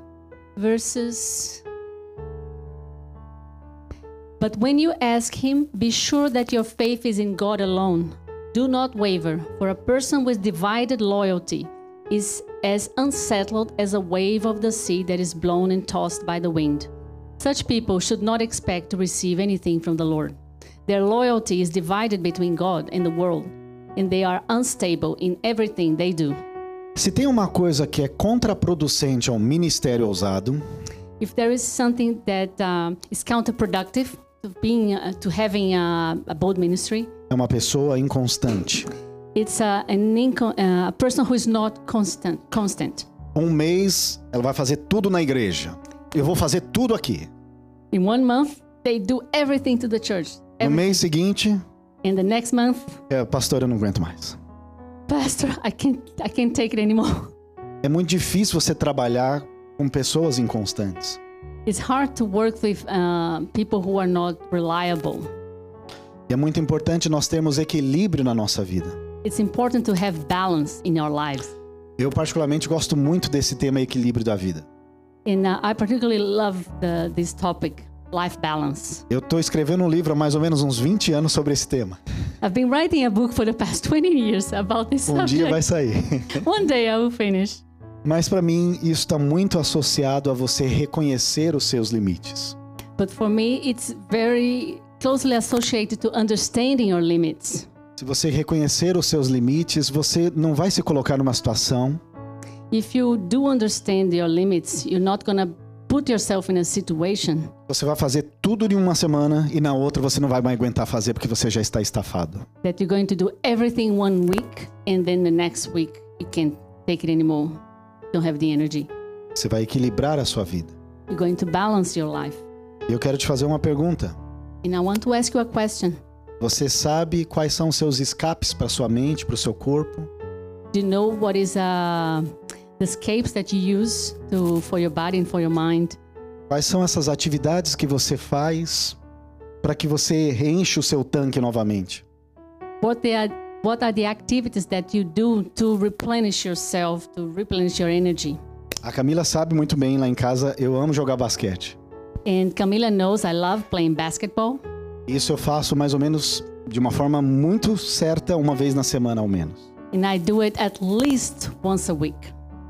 Speaker 2: verses. But when you ask him, be sure that your faith is in God alone. Do not waver, for a person with divided loyalty is as unsettled as a wave of the sea that is blown and tossed by the wind. Such people should not expect to receive anything from the Lord. Their loyalty is divided between God and the world, and they are unstable in everything they do.
Speaker 1: Se tem uma coisa que é contraproducente ao ministério ousado,
Speaker 2: if there is something that um, is counterproductive to being uh, to having a, a bold ministry
Speaker 1: é uma pessoa inconstante.
Speaker 2: it's a, an inco- uh, a person who is not constant constant
Speaker 1: Um mês ela vai fazer tudo na igreja. Eu vou fazer tudo aqui.
Speaker 2: in one month they do everything to the church
Speaker 1: No
Speaker 2: Every-
Speaker 1: mês seguinte,
Speaker 2: in the next month <laughs>
Speaker 1: é, pastor, eu não aguento mais.
Speaker 2: pastor i can't i can't take it anymore <laughs>
Speaker 1: É muito difícil você trabalhar com pessoas inconstantes.
Speaker 2: it's hard to work with uh, people who are not reliable
Speaker 1: E é muito importante nós termos equilíbrio na nossa vida.
Speaker 2: it's important to have balance in our lives
Speaker 1: Eu particularmente gosto muito desse tema equilíbrio da vida.
Speaker 2: and uh, i particularly love the, this topic life balance
Speaker 1: Eu estou escrevendo um livro há mais ou menos uns 20 anos sobre esse tema.
Speaker 2: I've been writing a book for the past <laughs> 20 years about this
Speaker 1: Um dia
Speaker 2: subject.
Speaker 1: vai sair.
Speaker 2: One day I will finish.
Speaker 1: Mas para mim, isso está muito associado a você reconhecer os seus limites.
Speaker 2: But for me, it's very closely associated to understanding your limits.
Speaker 1: Se você reconhecer os seus limites, você não vai se colocar numa situação
Speaker 2: If you do understand your limits, you're not going to put yourself in a situation
Speaker 1: você vai fazer tudo em uma semana e na outra você não vai mais aguentar fazer porque você já está estafado.
Speaker 2: that you're going to do everything one week and then the next week you can't take it anymore. Don't have the energy.
Speaker 1: Você vai equilibrar a sua vida.
Speaker 2: You're going to balance your life.
Speaker 1: E eu quero te fazer uma pergunta.
Speaker 2: And I want to ask you a question.
Speaker 1: Você sabe quais são os seus escapes para sua mente, para o seu corpo?
Speaker 2: Do you know what is uh, the escapes that you use to, for your body and for your mind?
Speaker 1: Quais são essas atividades que você faz para que você reenche o seu tanque novamente?
Speaker 2: what they are what are the activities that you do to replenish yourself to replenish your energy
Speaker 1: A Camila sabe muito bem, lá em casa eu amo jogar basquete.
Speaker 2: and camila knows i love playing basketball
Speaker 1: Isso eu faço mais ou menos de uma forma muito certa, uma vez na semana ao menos.
Speaker 2: and i do it at least once a week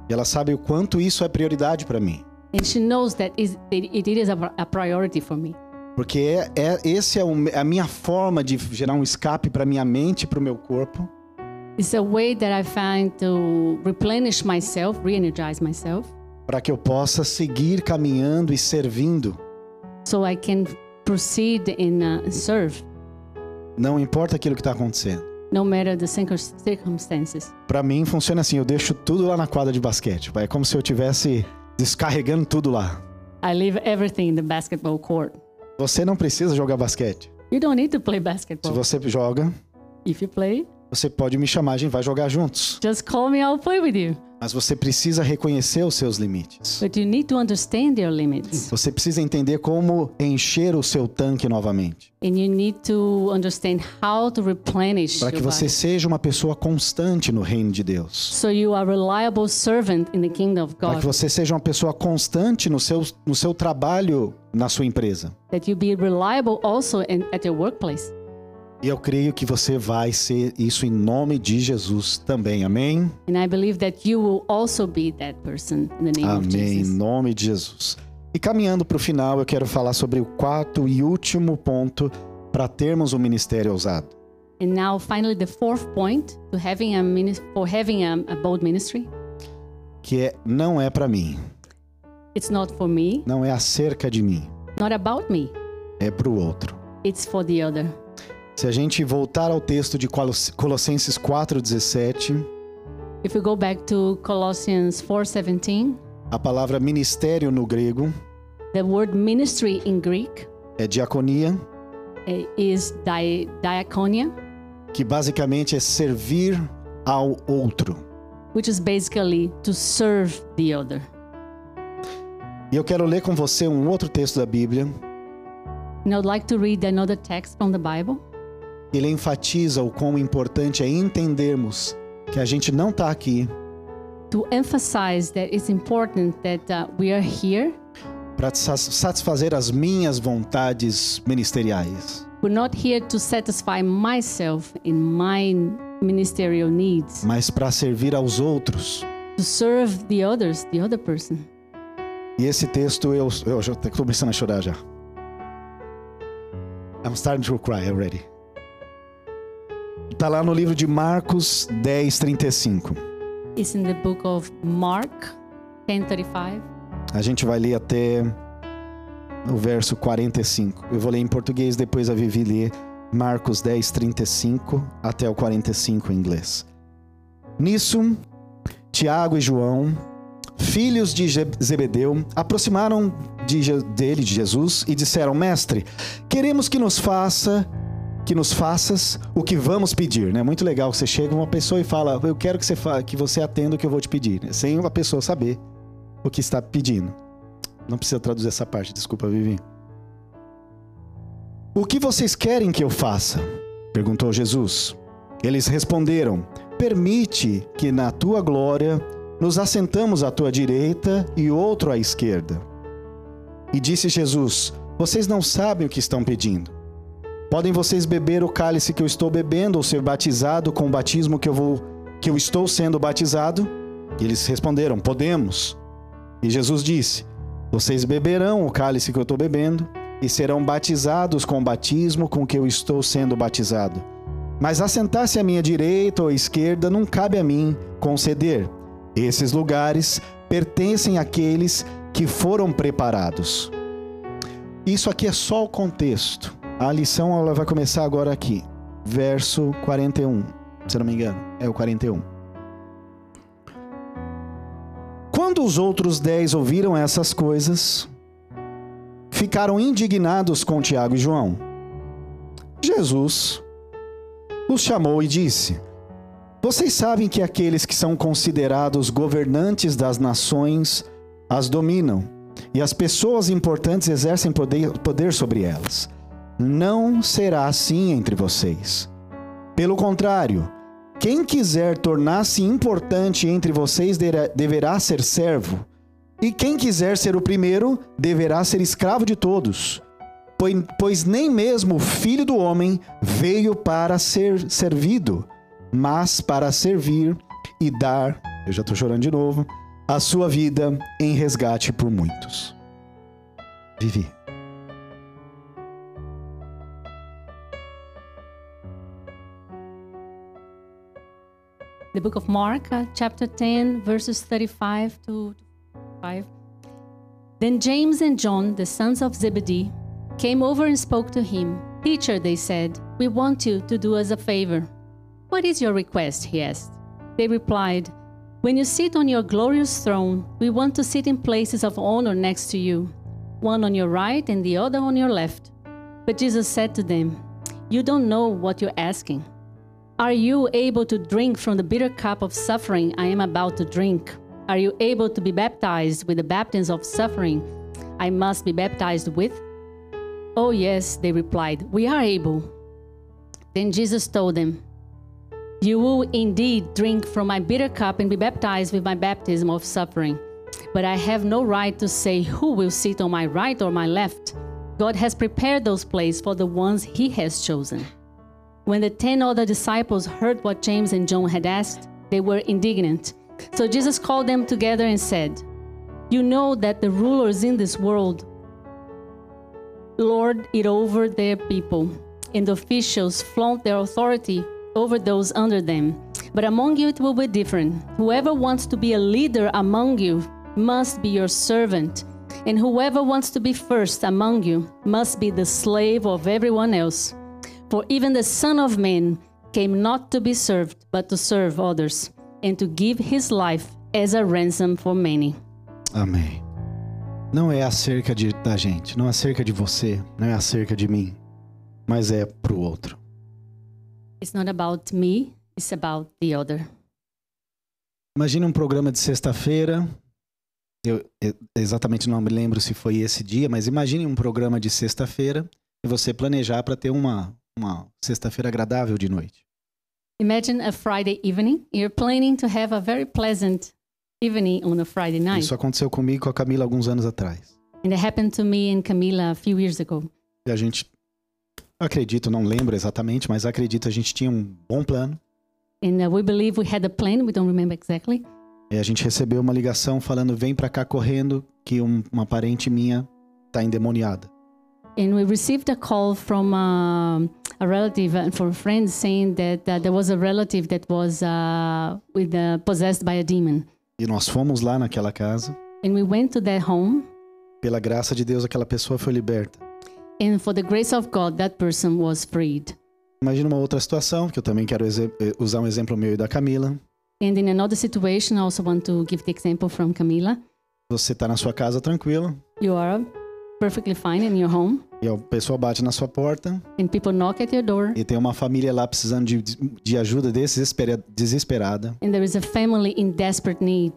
Speaker 1: E ela sabe o quanto isso é prioridade para mim,
Speaker 2: and she knows that is that it is a, a priority for me
Speaker 1: porque é, é esse é o- é a minha forma de gerar um escape para minha mente, para o meu corpo,
Speaker 2: it's a way that i find to replenish myself re-energize myself
Speaker 1: para que eu possa seguir caminhando e servindo.
Speaker 2: so i can proceed and uh, serve
Speaker 1: Não importa aquilo que está acontecendo.
Speaker 2: no matter the circum- circumstances
Speaker 1: Para mim funciona assim, eu deixo tudo lá na quadra de basquete. É como se eu tivesse descarregando tudo lá.
Speaker 2: i leave everything in the basketball court
Speaker 1: Você não precisa jogar basquete.
Speaker 2: you don't need to play
Speaker 1: Se
Speaker 2: basketball
Speaker 1: você joga,
Speaker 2: if you play
Speaker 1: você pode me chamar, a gente vai jogar juntos.
Speaker 2: Just call me, I'll play with you.
Speaker 1: Mas você precisa reconhecer os seus limites.
Speaker 2: but you need to understand your limits
Speaker 1: Você precisa entender como encher o seu tanque novamente.
Speaker 2: and you need to understand how to replenish
Speaker 1: Para que
Speaker 2: your
Speaker 1: você
Speaker 2: body.
Speaker 1: seja uma pessoa constante no reino de Deus.
Speaker 2: so you are a reliable servant in the kingdom of
Speaker 1: Para
Speaker 2: God
Speaker 1: que você seja uma pessoa constante no seu, no seu trabalho, na sua empresa.
Speaker 2: that you be reliable also in, at your workplace
Speaker 1: E eu creio que você vai ser isso em nome de Jesus também. Amém?
Speaker 2: and I believe that you will also be that person in the name of
Speaker 1: Amém. Em
Speaker 2: Jesus
Speaker 1: nome de Jesus. E caminhando para o final, eu quero falar sobre o quarto e último ponto para termos um ministério ousado.
Speaker 2: and now finally the fourth point to having a minis- for having a, a bold ministry
Speaker 1: Que é, não é para mim.
Speaker 2: it's not for me
Speaker 1: Não é acerca de mim.
Speaker 2: not about me
Speaker 1: É para o outro.
Speaker 2: it's for the other
Speaker 1: Se a gente voltar ao texto de Colos- Colossenses 4:17,
Speaker 2: if we go back to Colossians 4:17
Speaker 1: a palavra ministério no grego
Speaker 2: the word ministry in Greek
Speaker 1: é diaconia,
Speaker 2: eh, is di- diaconia,
Speaker 1: que basicamente é servir ao outro.
Speaker 2: which is basically to serve the other.
Speaker 1: E eu quero ler com você um outro texto da Bíblia.
Speaker 2: And I'd like to read another text from the Bible.
Speaker 1: Ele enfatiza o quão importante é entendermos que a gente não está aqui
Speaker 2: To emphasize that it's important that uh, we are here.
Speaker 1: para satisfazer as minhas vontades ministeriais,
Speaker 2: We're not here to satisfy myself in my ministerial needs,
Speaker 1: mas para servir aos outros.
Speaker 2: to serve the others, the other person.
Speaker 1: E esse texto eu eu já estou começando a chorar já. I'm starting to cry already. Tá lá no livro de Marcos 10:35.
Speaker 2: It's in the book of Mark 10:35.
Speaker 1: A gente vai ler até o verso 45. Eu vou ler em português, depois a Vivi lê Marcos 10, 35 até o 45 em inglês. Nisso, Tiago e João, filhos de Je- Zebedeu, aproximaram de Je- dele, de Jesus, e disseram: Mestre, queremos que nos faça. Que nos faças o que vamos pedir, né? Muito legal que você chega uma pessoa e fala: Eu quero que você, fa- que você atenda o que eu vou te pedir, né? sem a pessoa saber o que está pedindo. Não precisa traduzir essa parte, desculpa, Vivi. O que vocês querem que eu faça? perguntou Jesus. Eles responderam: Permite que na tua glória nos assentamos à tua direita e outro à esquerda. E disse Jesus: Vocês não sabem o que estão pedindo. Podem vocês beber o cálice que eu estou bebendo ou ser batizado com o batismo que eu vou que eu estou sendo batizado? E eles responderam: Podemos. E Jesus disse: Vocês beberão o cálice que eu estou bebendo e serão batizados com o batismo com que eu estou sendo batizado. Mas assentar-se à minha direita ou à esquerda não cabe a mim conceder. Esses lugares pertencem àqueles que foram preparados. Isso aqui é só o contexto. A lição ela vai começar agora aqui. Verso 41, se eu não me engano. É o 41. Quando os outros dez ouviram essas coisas, ficaram indignados com Tiago e João. Jesus os chamou e disse: Vocês sabem que aqueles que são considerados governantes das nações as dominam, e as pessoas importantes exercem poder, poder sobre elas. Não será assim entre vocês. Pelo contrário, quem quiser tornar-se importante entre vocês dera- deverá ser servo, e quem quiser ser o primeiro deverá ser escravo de todos. Pois, pois nem mesmo o filho do homem veio para ser servido, mas para servir e dar, eu já estou chorando de novo, a sua vida em resgate por muitos. Vivi.
Speaker 2: the book of Mark, uh, chapter 10, verses 35 to 5. Then James and John, the sons of Zebedee, came over and spoke to him. Teacher, they said, we want you to do us a favor. What is your request? he asked. They replied, When you sit on your glorious throne, we want to sit in places of honor next to you, one on your right and the other on your left. But Jesus said to them, You don't know what you're asking. Are you able to drink from the bitter cup of suffering I am about to drink? Are you able to be baptized with the baptism of suffering I must be baptized with? Oh, yes, they replied, we are able. Then Jesus told them, You will indeed drink from my bitter cup and be baptized with my baptism of suffering. But I have no right to say who will sit on my right or my left. God has prepared those places for the ones he has chosen. When the ten other disciples heard what James and John had asked, they were indignant. So Jesus called them together and said, You know that the rulers in this world lord it over their people, and officials flaunt their authority over those under them. But among you it will be different. Whoever wants to be a leader among you must be your servant, and whoever wants to be first among you must be the slave of everyone else. For even the Son of Man came not to be served, but to serve others, and to give his life as a ransom for many.
Speaker 1: Amém. Não é acerca de, da gente, não é acerca de você, não é acerca de mim, mas é pro outro.
Speaker 2: It's not about me, it's about the other.
Speaker 1: Imagina um programa de sexta-feira. Eu eu exatamente não me lembro se foi esse dia, mas imagine um programa de sexta-feira e você planejar para ter uma, uma sexta-feira agradável de noite.
Speaker 2: Imagine a Friday evening. You're planning to have a very pleasant evening on a Friday night.
Speaker 1: Isso aconteceu comigo e com a Camila alguns anos atrás.
Speaker 2: And it happened to me and Camila a few years ago.
Speaker 1: E a gente, acredito, não lembro exatamente, mas acredito a gente tinha um bom plano.
Speaker 2: And uh, we believe we had a plan, we don't remember exactly.
Speaker 1: E a gente recebeu uma ligação falando: vem pra cá correndo, que um- uma parente minha tá endemoniada.
Speaker 2: And we received a call from um a relative and from a friend saying that uh, there was a relative that was uh, with, uh, possessed by a demon.
Speaker 1: E nós fomos lá naquela casa.
Speaker 2: And we went to that home,
Speaker 1: Pela graça de Deus, aquela pessoa foi liberta.
Speaker 2: and for the grace of God, that person was freed.
Speaker 1: Imagina uma outra situação, que eu também quero exe- eh, usar um exemplo meu e da Camila.
Speaker 2: And in another situation, I also want to give the example from Camila.
Speaker 1: Você tá na sua casa tranquila,
Speaker 2: You are perfectly fine in your home,
Speaker 1: e a pessoa bate na sua porta,
Speaker 2: and people knock at your door,
Speaker 1: e tem uma família lá precisando de, de ajuda desespera- desesperada,
Speaker 2: and there is a family in desperate need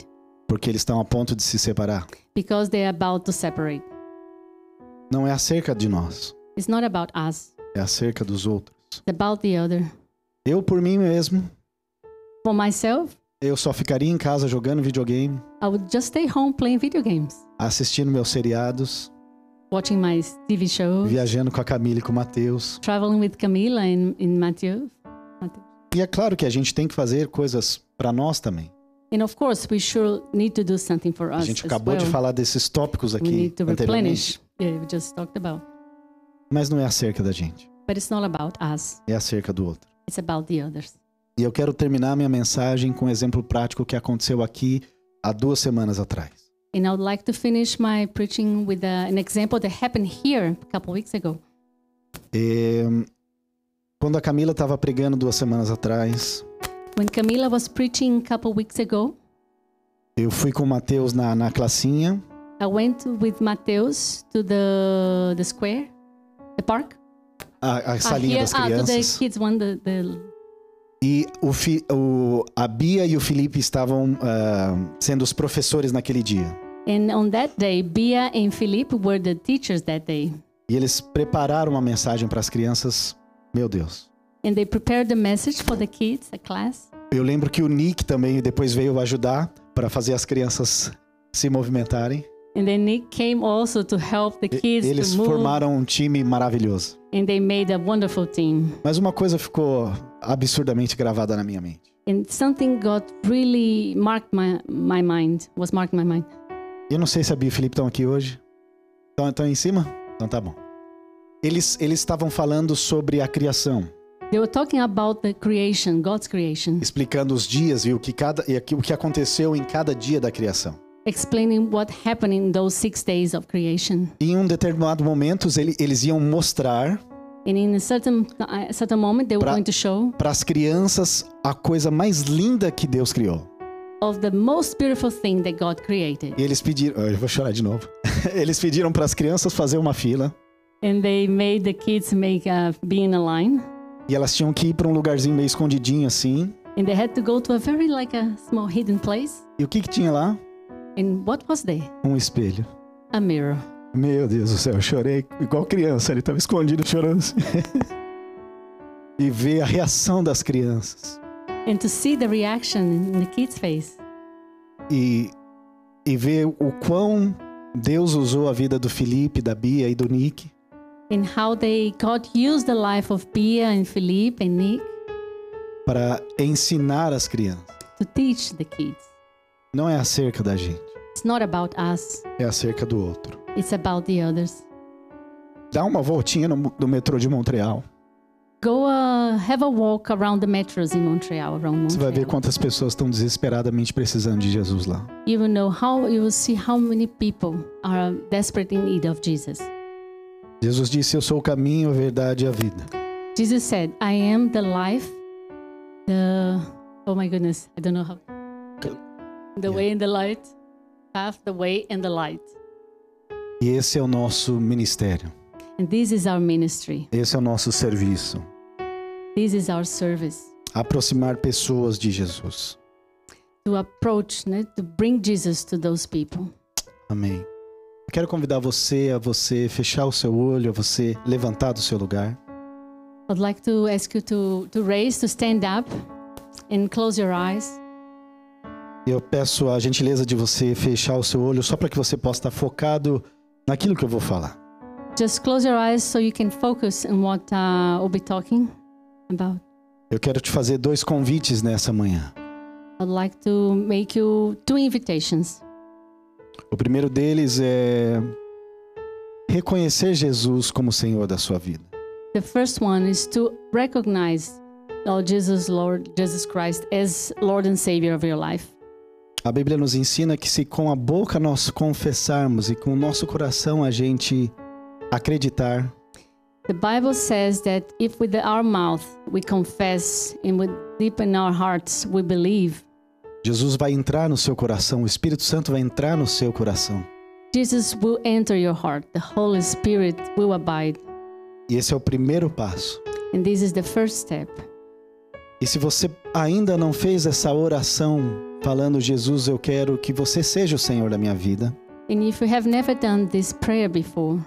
Speaker 1: porque eles estão a ponto de se separar.
Speaker 2: because they're about to separate.
Speaker 1: Não é acerca de nós,
Speaker 2: It's not about us,
Speaker 1: é acerca dos outros.
Speaker 2: it's about the other.
Speaker 1: Eu, por mim mesmo,
Speaker 2: For myself,
Speaker 1: eu só ficaria em casa jogando videogame,
Speaker 2: I would just stay home playing video games,
Speaker 1: assistindo meus seriados,
Speaker 2: watching my TV shows,
Speaker 1: viajando com a Camila e com o Matheus.
Speaker 2: traveling with Camila and, and Matthew.
Speaker 1: E é claro que a gente tem que fazer coisas pra nós também.
Speaker 2: And of course, we sure need to do something for
Speaker 1: A
Speaker 2: us.
Speaker 1: gente
Speaker 2: as
Speaker 1: acabou de
Speaker 2: well.
Speaker 1: falar desses tópicos
Speaker 2: we
Speaker 1: aqui
Speaker 2: need to
Speaker 1: anteriormente,
Speaker 2: um replenish. Yeah, we just talked about.
Speaker 1: mas não é acerca da gente,
Speaker 2: But it's not about us,
Speaker 1: é acerca do outro.
Speaker 2: it's about the others.
Speaker 1: E eu quero terminar minha mensagem com um exemplo prático que aconteceu aqui há duas semanas atrás.
Speaker 2: And I would like to finish my preaching with uh an example that happened here a couple weeks ago.
Speaker 1: E, quando a Camila estava pregando duas semanas atrás,
Speaker 2: When Camila was preaching a couple weeks ago,
Speaker 1: eu fui com o Matheus na, na classinha
Speaker 2: I went with Mateus to the the square, the park.
Speaker 1: a, a
Speaker 2: Ah,
Speaker 1: salinha
Speaker 2: here-
Speaker 1: das
Speaker 2: ah, to the
Speaker 1: crianças.
Speaker 2: kids one, the, the
Speaker 1: E o, Fi- o- a Bia e o Felipe estavam ah, sendo os professores naquele dia.
Speaker 2: and on that day, Bia and Philippe were the teachers that day,
Speaker 1: E eles prepararam uma mensagem para as crianças. Meu Deus.
Speaker 2: and they prepared the message for the kids, the class.
Speaker 1: Eu lembro que o Nick também depois veio ajudar para fazer as crianças se movimentarem.
Speaker 2: And then Nick came also to help the
Speaker 1: E-
Speaker 2: kids
Speaker 1: Eles
Speaker 2: to move,
Speaker 1: formaram um time maravilhoso.
Speaker 2: and they made a wonderful team.
Speaker 1: Mas uma coisa ficou absurdamente gravada na minha mente.
Speaker 2: And something got really marked my my mind was marked my mind.
Speaker 1: Eu não sei se a Bia e o Felipe estão aqui hoje. Estão, estão em cima? Então tá bom. Eles eles estavam falando sobre a criação,
Speaker 2: They were talking about the creation, God's creation,
Speaker 1: explicando os dias e o que cada e aqui- o que aconteceu em cada dia da criação.
Speaker 2: explaining what happened in those six days of creation.
Speaker 1: E em um determinado momento ele- eles iam mostrar
Speaker 2: And in a certain a certain moment, they were
Speaker 1: Pra-
Speaker 2: going to show
Speaker 1: para as crianças a coisa mais linda que Deus criou.
Speaker 2: of the most beautiful thing that God created.
Speaker 1: E eles pediram, eu vou chorar de novo. <laughs> Eles pediram para as crianças fazer uma fila
Speaker 2: And they made the kids make uh, be in a line,
Speaker 1: E elas tinham que ir para um lugarzinho meio escondidinho assim.
Speaker 2: and they had to go to a very like a small hidden place.
Speaker 1: E o que que tinha lá?
Speaker 2: And what was there?
Speaker 1: Um espelho.
Speaker 2: A mirror.
Speaker 1: Meu Deus do céu, eu chorei igual criança, ele estava escondido chorando. assim. <laughs> e ver a reação das crianças.
Speaker 2: And to see the reaction in the kid's face
Speaker 1: E, e ver o quão Deus usou a vida do Felipe, da Bia e do Nick
Speaker 2: and how they God used the life of Pia and Philippe and Nick
Speaker 1: para ensinar as crianças.
Speaker 2: to teach the kids.
Speaker 1: Não é acerca da gente,
Speaker 2: It's not about us,
Speaker 1: é acerca do outro.
Speaker 2: it's about the others.
Speaker 1: Dá uma voltinha no, no metrô de Montreal.
Speaker 2: Go uh, have a walk around the metros in Montreal, around
Speaker 1: Você vai ver
Speaker 2: Montreal.
Speaker 1: quantas pessoas estão desesperadamente precisando de Jesus lá.
Speaker 2: You will know how you will see how many people are uh, desperate in need of Jesus.
Speaker 1: Jesus disse: Eu sou o caminho, a verdade e a vida.
Speaker 2: Jesus said, "I am the life, the oh my goodness, I don't know how the way and the light, path, the way and the light."
Speaker 1: E esse é o nosso ministério.
Speaker 2: And this is our ministry.
Speaker 1: Esse é o nosso serviço.
Speaker 2: This is our service
Speaker 1: aproximar pessoas de Jesus.
Speaker 2: to approach, né, to bring Jesus to those people.
Speaker 1: Amém. Eu quero convidar você a você fechar o seu olho, a você levantar do seu lugar.
Speaker 2: I'd like to ask you to to raise, to stand up, and close your eyes.
Speaker 1: Eu peço a gentileza de você fechar o seu olho só para que você possa estar focado naquilo que eu vou falar.
Speaker 2: Just close your eyes so you can focus on what uh, we'll be talking about.
Speaker 1: Eu quero te fazer dois convites nessa manhã.
Speaker 2: I'd like to make you two invitations.
Speaker 1: O primeiro deles é reconhecer Jesus como Senhor da sua vida.
Speaker 2: The first one is to recognize oh, Jesus Lord Jesus Christ as Lord and Savior of your life.
Speaker 1: A Bíblia nos ensina que se com a boca nós confessarmos e com o nosso coração a gente acreditar,
Speaker 2: The Bible says that if with our mouth we confess and with deep in our hearts we believe,
Speaker 1: Jesus vai entrar no seu coração, o Espírito Santo vai entrar no seu coração.
Speaker 2: Jesus will enter your heart. The Holy Spirit will abide.
Speaker 1: E esse é o primeiro passo.
Speaker 2: And this is the first step.
Speaker 1: E se você ainda não fez essa oração falando Jesus, eu quero que você seja o Senhor da minha vida,
Speaker 2: And if you have never done this prayer before,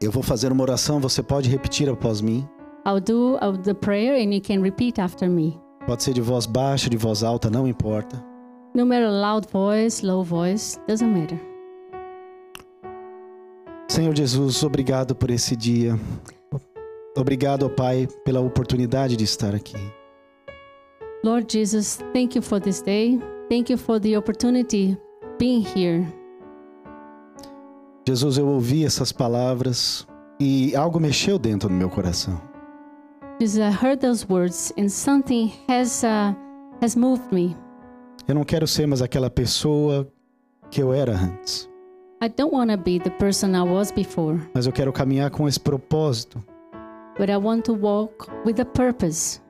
Speaker 1: eu vou fazer uma oração, você pode repetir após mim.
Speaker 2: I'll do uh, the prayer and you can repeat after me.
Speaker 1: Pode ser de voz baixa, de voz alta, não importa.
Speaker 2: No matter loud voice, low voice, doesn't matter.
Speaker 1: Senhor Jesus, obrigado por esse dia. Obrigado, ó Pai, pela oportunidade de estar aqui.
Speaker 2: Lord Jesus, thank you for this day. Thank you for the opportunity being here.
Speaker 1: Jesus, eu ouvi essas palavras e algo mexeu dentro do meu coração.
Speaker 2: Jesus, I heard those words and something has uh, has moved me.
Speaker 1: Eu não quero ser mais aquela pessoa que eu era antes,
Speaker 2: I don't want to be the person I was before,
Speaker 1: mas eu quero caminhar com esse propósito,
Speaker 2: but I want to walk with a purpose,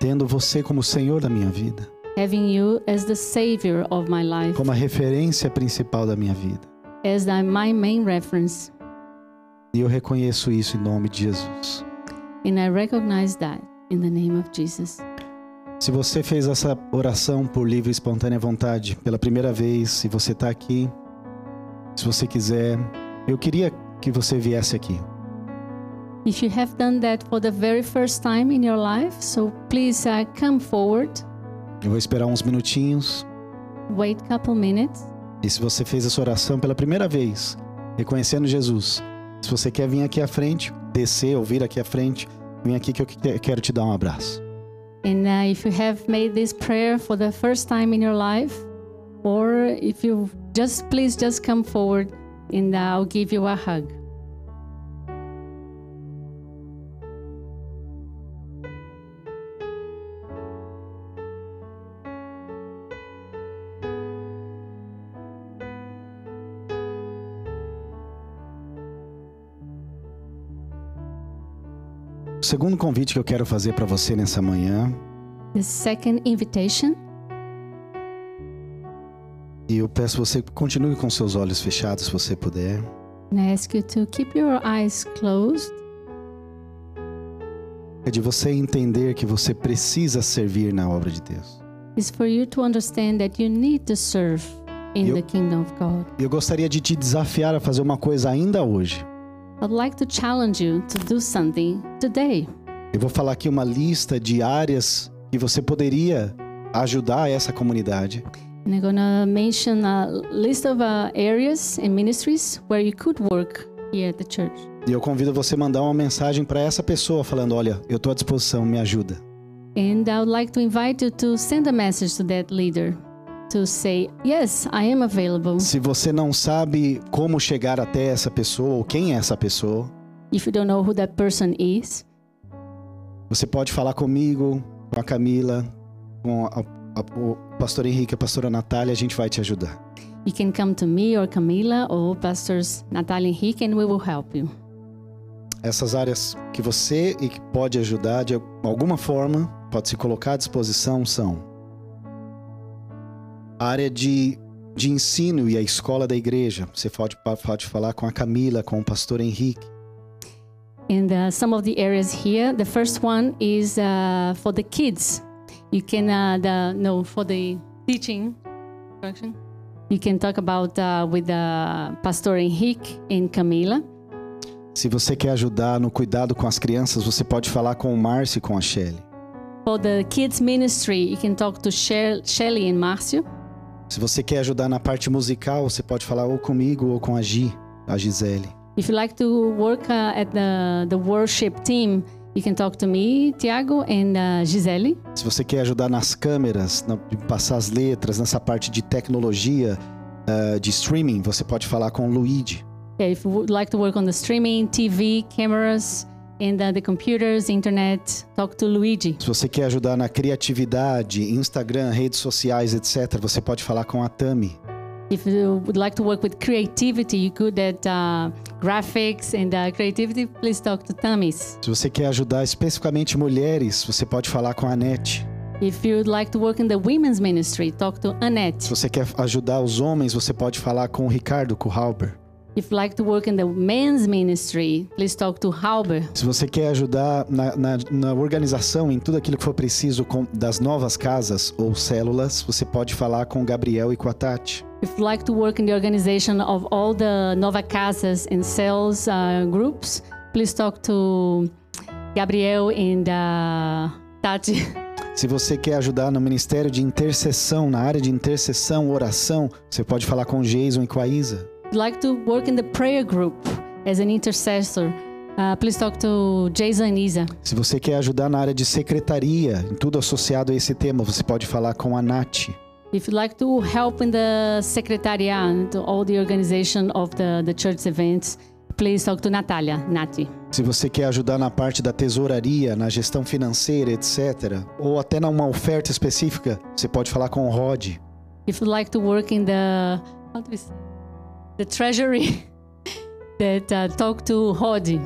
Speaker 1: tendo você como Senhor da minha vida,
Speaker 2: having you as the savior of my life,
Speaker 1: como a referência principal da minha vida.
Speaker 2: as the, my main reference,
Speaker 1: E eu reconheço isso em nome de Jesus.
Speaker 2: and I recognize that in the name of Jesus.
Speaker 1: Se você fez essa oração por livre e espontânea vontade pela primeira vez, se você está aqui, se você quiser, eu queria que você viesse aqui.
Speaker 2: If you have done that for the very first time in your life, so please uh, come forward,
Speaker 1: Eu vou esperar uns minutinhos.
Speaker 2: wait a couple minutes.
Speaker 1: E se você fez essa oração pela primeira vez, reconhecendo Jesus, se você quer vir aqui à frente, descer ou vir aqui à frente, vem aqui que eu que- quero te dar um abraço.
Speaker 2: And uh, if you have made this prayer for the first time in your life, or if you just please just come forward and uh, I'll give you a hug.
Speaker 1: O segundo convite que eu quero fazer para você nessa manhã,
Speaker 2: The second invitation,
Speaker 1: e eu peço você que continue com seus olhos fechados se você puder.
Speaker 2: and I ask you to keep your eyes closed.
Speaker 1: é de você entender que você precisa servir na obra de Deus.
Speaker 2: is for you to understand that you need to serve in
Speaker 1: Yep.
Speaker 2: the kingdom of God.
Speaker 1: E eu gostaria de te desafiar a fazer uma coisa ainda hoje.
Speaker 2: I'd like to challenge you to do something today.
Speaker 1: Eu vou falar aqui uma lista de áreas que você poderia ajudar essa comunidade.
Speaker 2: And I'm gonna mention a list of uh, areas and ministries where you could work here at the church.
Speaker 1: E eu convido você a mandar uma mensagem para essa pessoa falando: "Olha, eu estou à disposição, me ajuda".
Speaker 2: And I would like to invite you to send a message to that leader to say, Yes, I am available.
Speaker 1: Se você não sabe como chegar até essa pessoa ou quem é essa pessoa,
Speaker 2: If you don't know who that person is,
Speaker 1: você pode falar comigo, com a Camila, com a- a- o pastor Henrique, a pastora Natália, a gente vai te ajudar.
Speaker 2: you can come to me or Camila or pastors Natalia and Hick and we will help you.
Speaker 1: essas áreas que você e que pode ajudar de alguma forma, pode se colocar à disposição são a área de, de ensino e a escola da igreja. Você pode, pode falar com a Camila, com o pastor Henrique.
Speaker 2: And uh, some of the areas here, the first one is uh, for the kids. You can, uh, the, no, for the teaching instruction. You can talk about uh, with uh, Pastor Henrique and Camila.
Speaker 1: Se você quer ajudar no cuidado com as crianças, você pode falar com o Márcio e com a Shelly.
Speaker 2: For the kids ministry, you can talk to Shel- Shelly and Marcio.
Speaker 1: Se você quer ajudar na parte musical, você pode falar ou comigo ou com a Gi, a Gisele.
Speaker 2: If you like to work uh, at the, the worship team, you can talk to me, Tiago, and uh, Gisele.
Speaker 1: Se você quer ajudar nas câmeras, na, de passar as letras, nessa parte de tecnologia, eh, de streaming, você pode falar com o Luigi.
Speaker 2: Yeah, if you would like to work on the streaming, TV, cameras, and uh, the computers, internet, talk to Luigi.
Speaker 1: Se você quer ajudar na criatividade, Instagram, redes sociais, etc., você pode falar com a Tami.
Speaker 2: If you would like to work with creativity, you're good at uh, graphics and uh, creativity, please talk to Tamis.
Speaker 1: Se você quer ajudar especificamente mulheres, você pode falar com a Anete.
Speaker 2: If you'd like to work in the women's ministry, talk to Annette.
Speaker 1: Se você quer ajudar os homens, você pode falar com o Ricardo, com o Halber.
Speaker 2: If you'd like to work in the men's ministry, please talk to Halber.
Speaker 1: Se você quer ajudar na, na- na organização, em tudo aquilo que for preciso com- das novas casas ou células, você pode falar com o Gabriel e com a Tati.
Speaker 2: If you'd like to work in the organization of all the Nova Casas and sales uh, groups, please talk to Gabriel and uh, Tati. <laughs>
Speaker 1: Se você quer ajudar no ministério de intercessão, na área de intercessão, oração, você pode falar com o Jason e com a Isa.
Speaker 2: If you'd like to work in the prayer group as an intercessor, uh, please talk to Jason and Isa.
Speaker 1: Se você quer ajudar na área de secretaria, em tudo associado a esse tema, você pode falar com a Nath.
Speaker 2: If you'd like to help in the secretariat and to all the organization of the, the church events, please talk to Natalia, Nati.
Speaker 1: Se você quer ajudar na parte da tesouraria, na gestão financeira, etc., ou até numa oferta específica, você pode falar com o Rod.
Speaker 2: If you'd like to work in the how do we say the treasury, <laughs> that uh, talk to Hodi.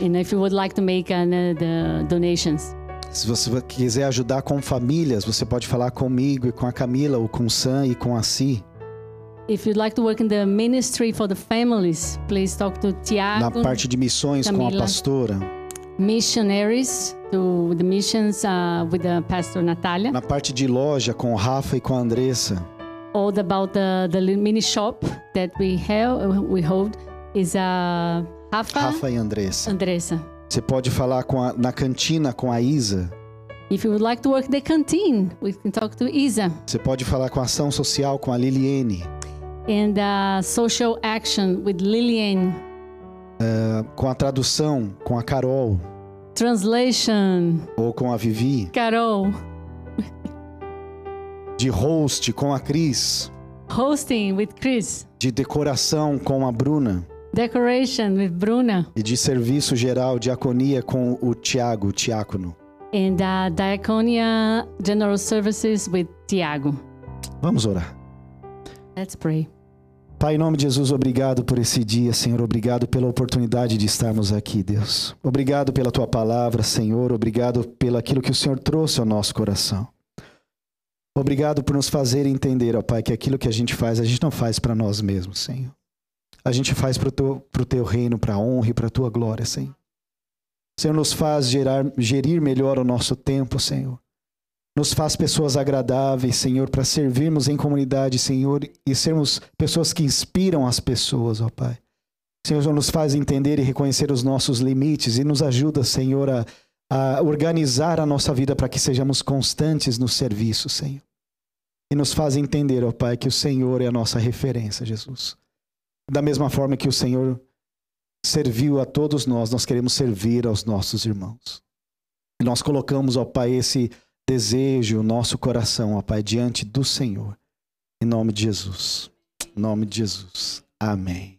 Speaker 2: And if you would like to make uh, the donations.
Speaker 1: Se você quiser ajudar com famílias, você pode falar comigo e com a Camila, ou com o Sam e com a Si.
Speaker 2: If you'd like to work in the ministry for the families, please talk to
Speaker 1: Na
Speaker 2: Tiago.
Speaker 1: parte de missões com a
Speaker 2: Ah, Camila.
Speaker 1: pastora.
Speaker 2: missionaries to the missions uh, with the pastor Natalia.
Speaker 1: Na parte de loja com o Rafa e com a Andressa.
Speaker 2: All about the, the little mini shop that we have we hold is uh, Rafa,
Speaker 1: Rafa e Andressa.
Speaker 2: Andressa.
Speaker 1: Você pode falar com a- na cantina com a Isa.
Speaker 2: If you would like to work the canteen, we can talk to Isa.
Speaker 1: Você pode falar com a ação social com a Liliene.
Speaker 2: And uh, social action with Lillian.
Speaker 1: Com a tradução com a Carol.
Speaker 2: Translation,
Speaker 1: Ou com a Vivi.
Speaker 2: Carol.
Speaker 1: De host com a Cris.
Speaker 2: Hosting with Chris.
Speaker 1: De decoração com a Bruna.
Speaker 2: Decoration with Bruna.
Speaker 1: E de serviço geral, diaconia com o Tiago, o Tiácono.
Speaker 2: And uh, Diaconia General Services with Tiago.
Speaker 1: Vamos orar.
Speaker 2: Let's pray.
Speaker 1: Pai, em nome de Jesus, obrigado por esse dia, Senhor. Obrigado pela oportunidade de estarmos aqui, Deus. Obrigado pela tua palavra, Senhor. Obrigado pelo aquilo que o Senhor trouxe ao nosso coração. Obrigado por nos fazer entender, ó Pai, que aquilo que a gente faz, a gente não faz para nós mesmos, Senhor. A gente faz para o teu, pro teu reino, para a honra e para a tua glória, Senhor. Senhor, nos faz gerar, gerir melhor o nosso tempo, Senhor. Nos faz pessoas agradáveis, Senhor, para servirmos em comunidade, Senhor, e sermos pessoas que inspiram as pessoas, ó Pai. Senhor, nos faz entender e reconhecer os nossos limites e nos ajuda, Senhor, a, a organizar a nossa vida para que sejamos constantes no serviço, Senhor. E nos faz entender, ó Pai, que o Senhor é a nossa referência, Jesus. Da mesma forma que o Senhor serviu a todos nós, nós queremos servir aos nossos irmãos. E nós colocamos, ó Pai, esse desejo, o nosso coração, ó Pai, diante do Senhor. Em nome de Jesus. Em nome de Jesus. Amém.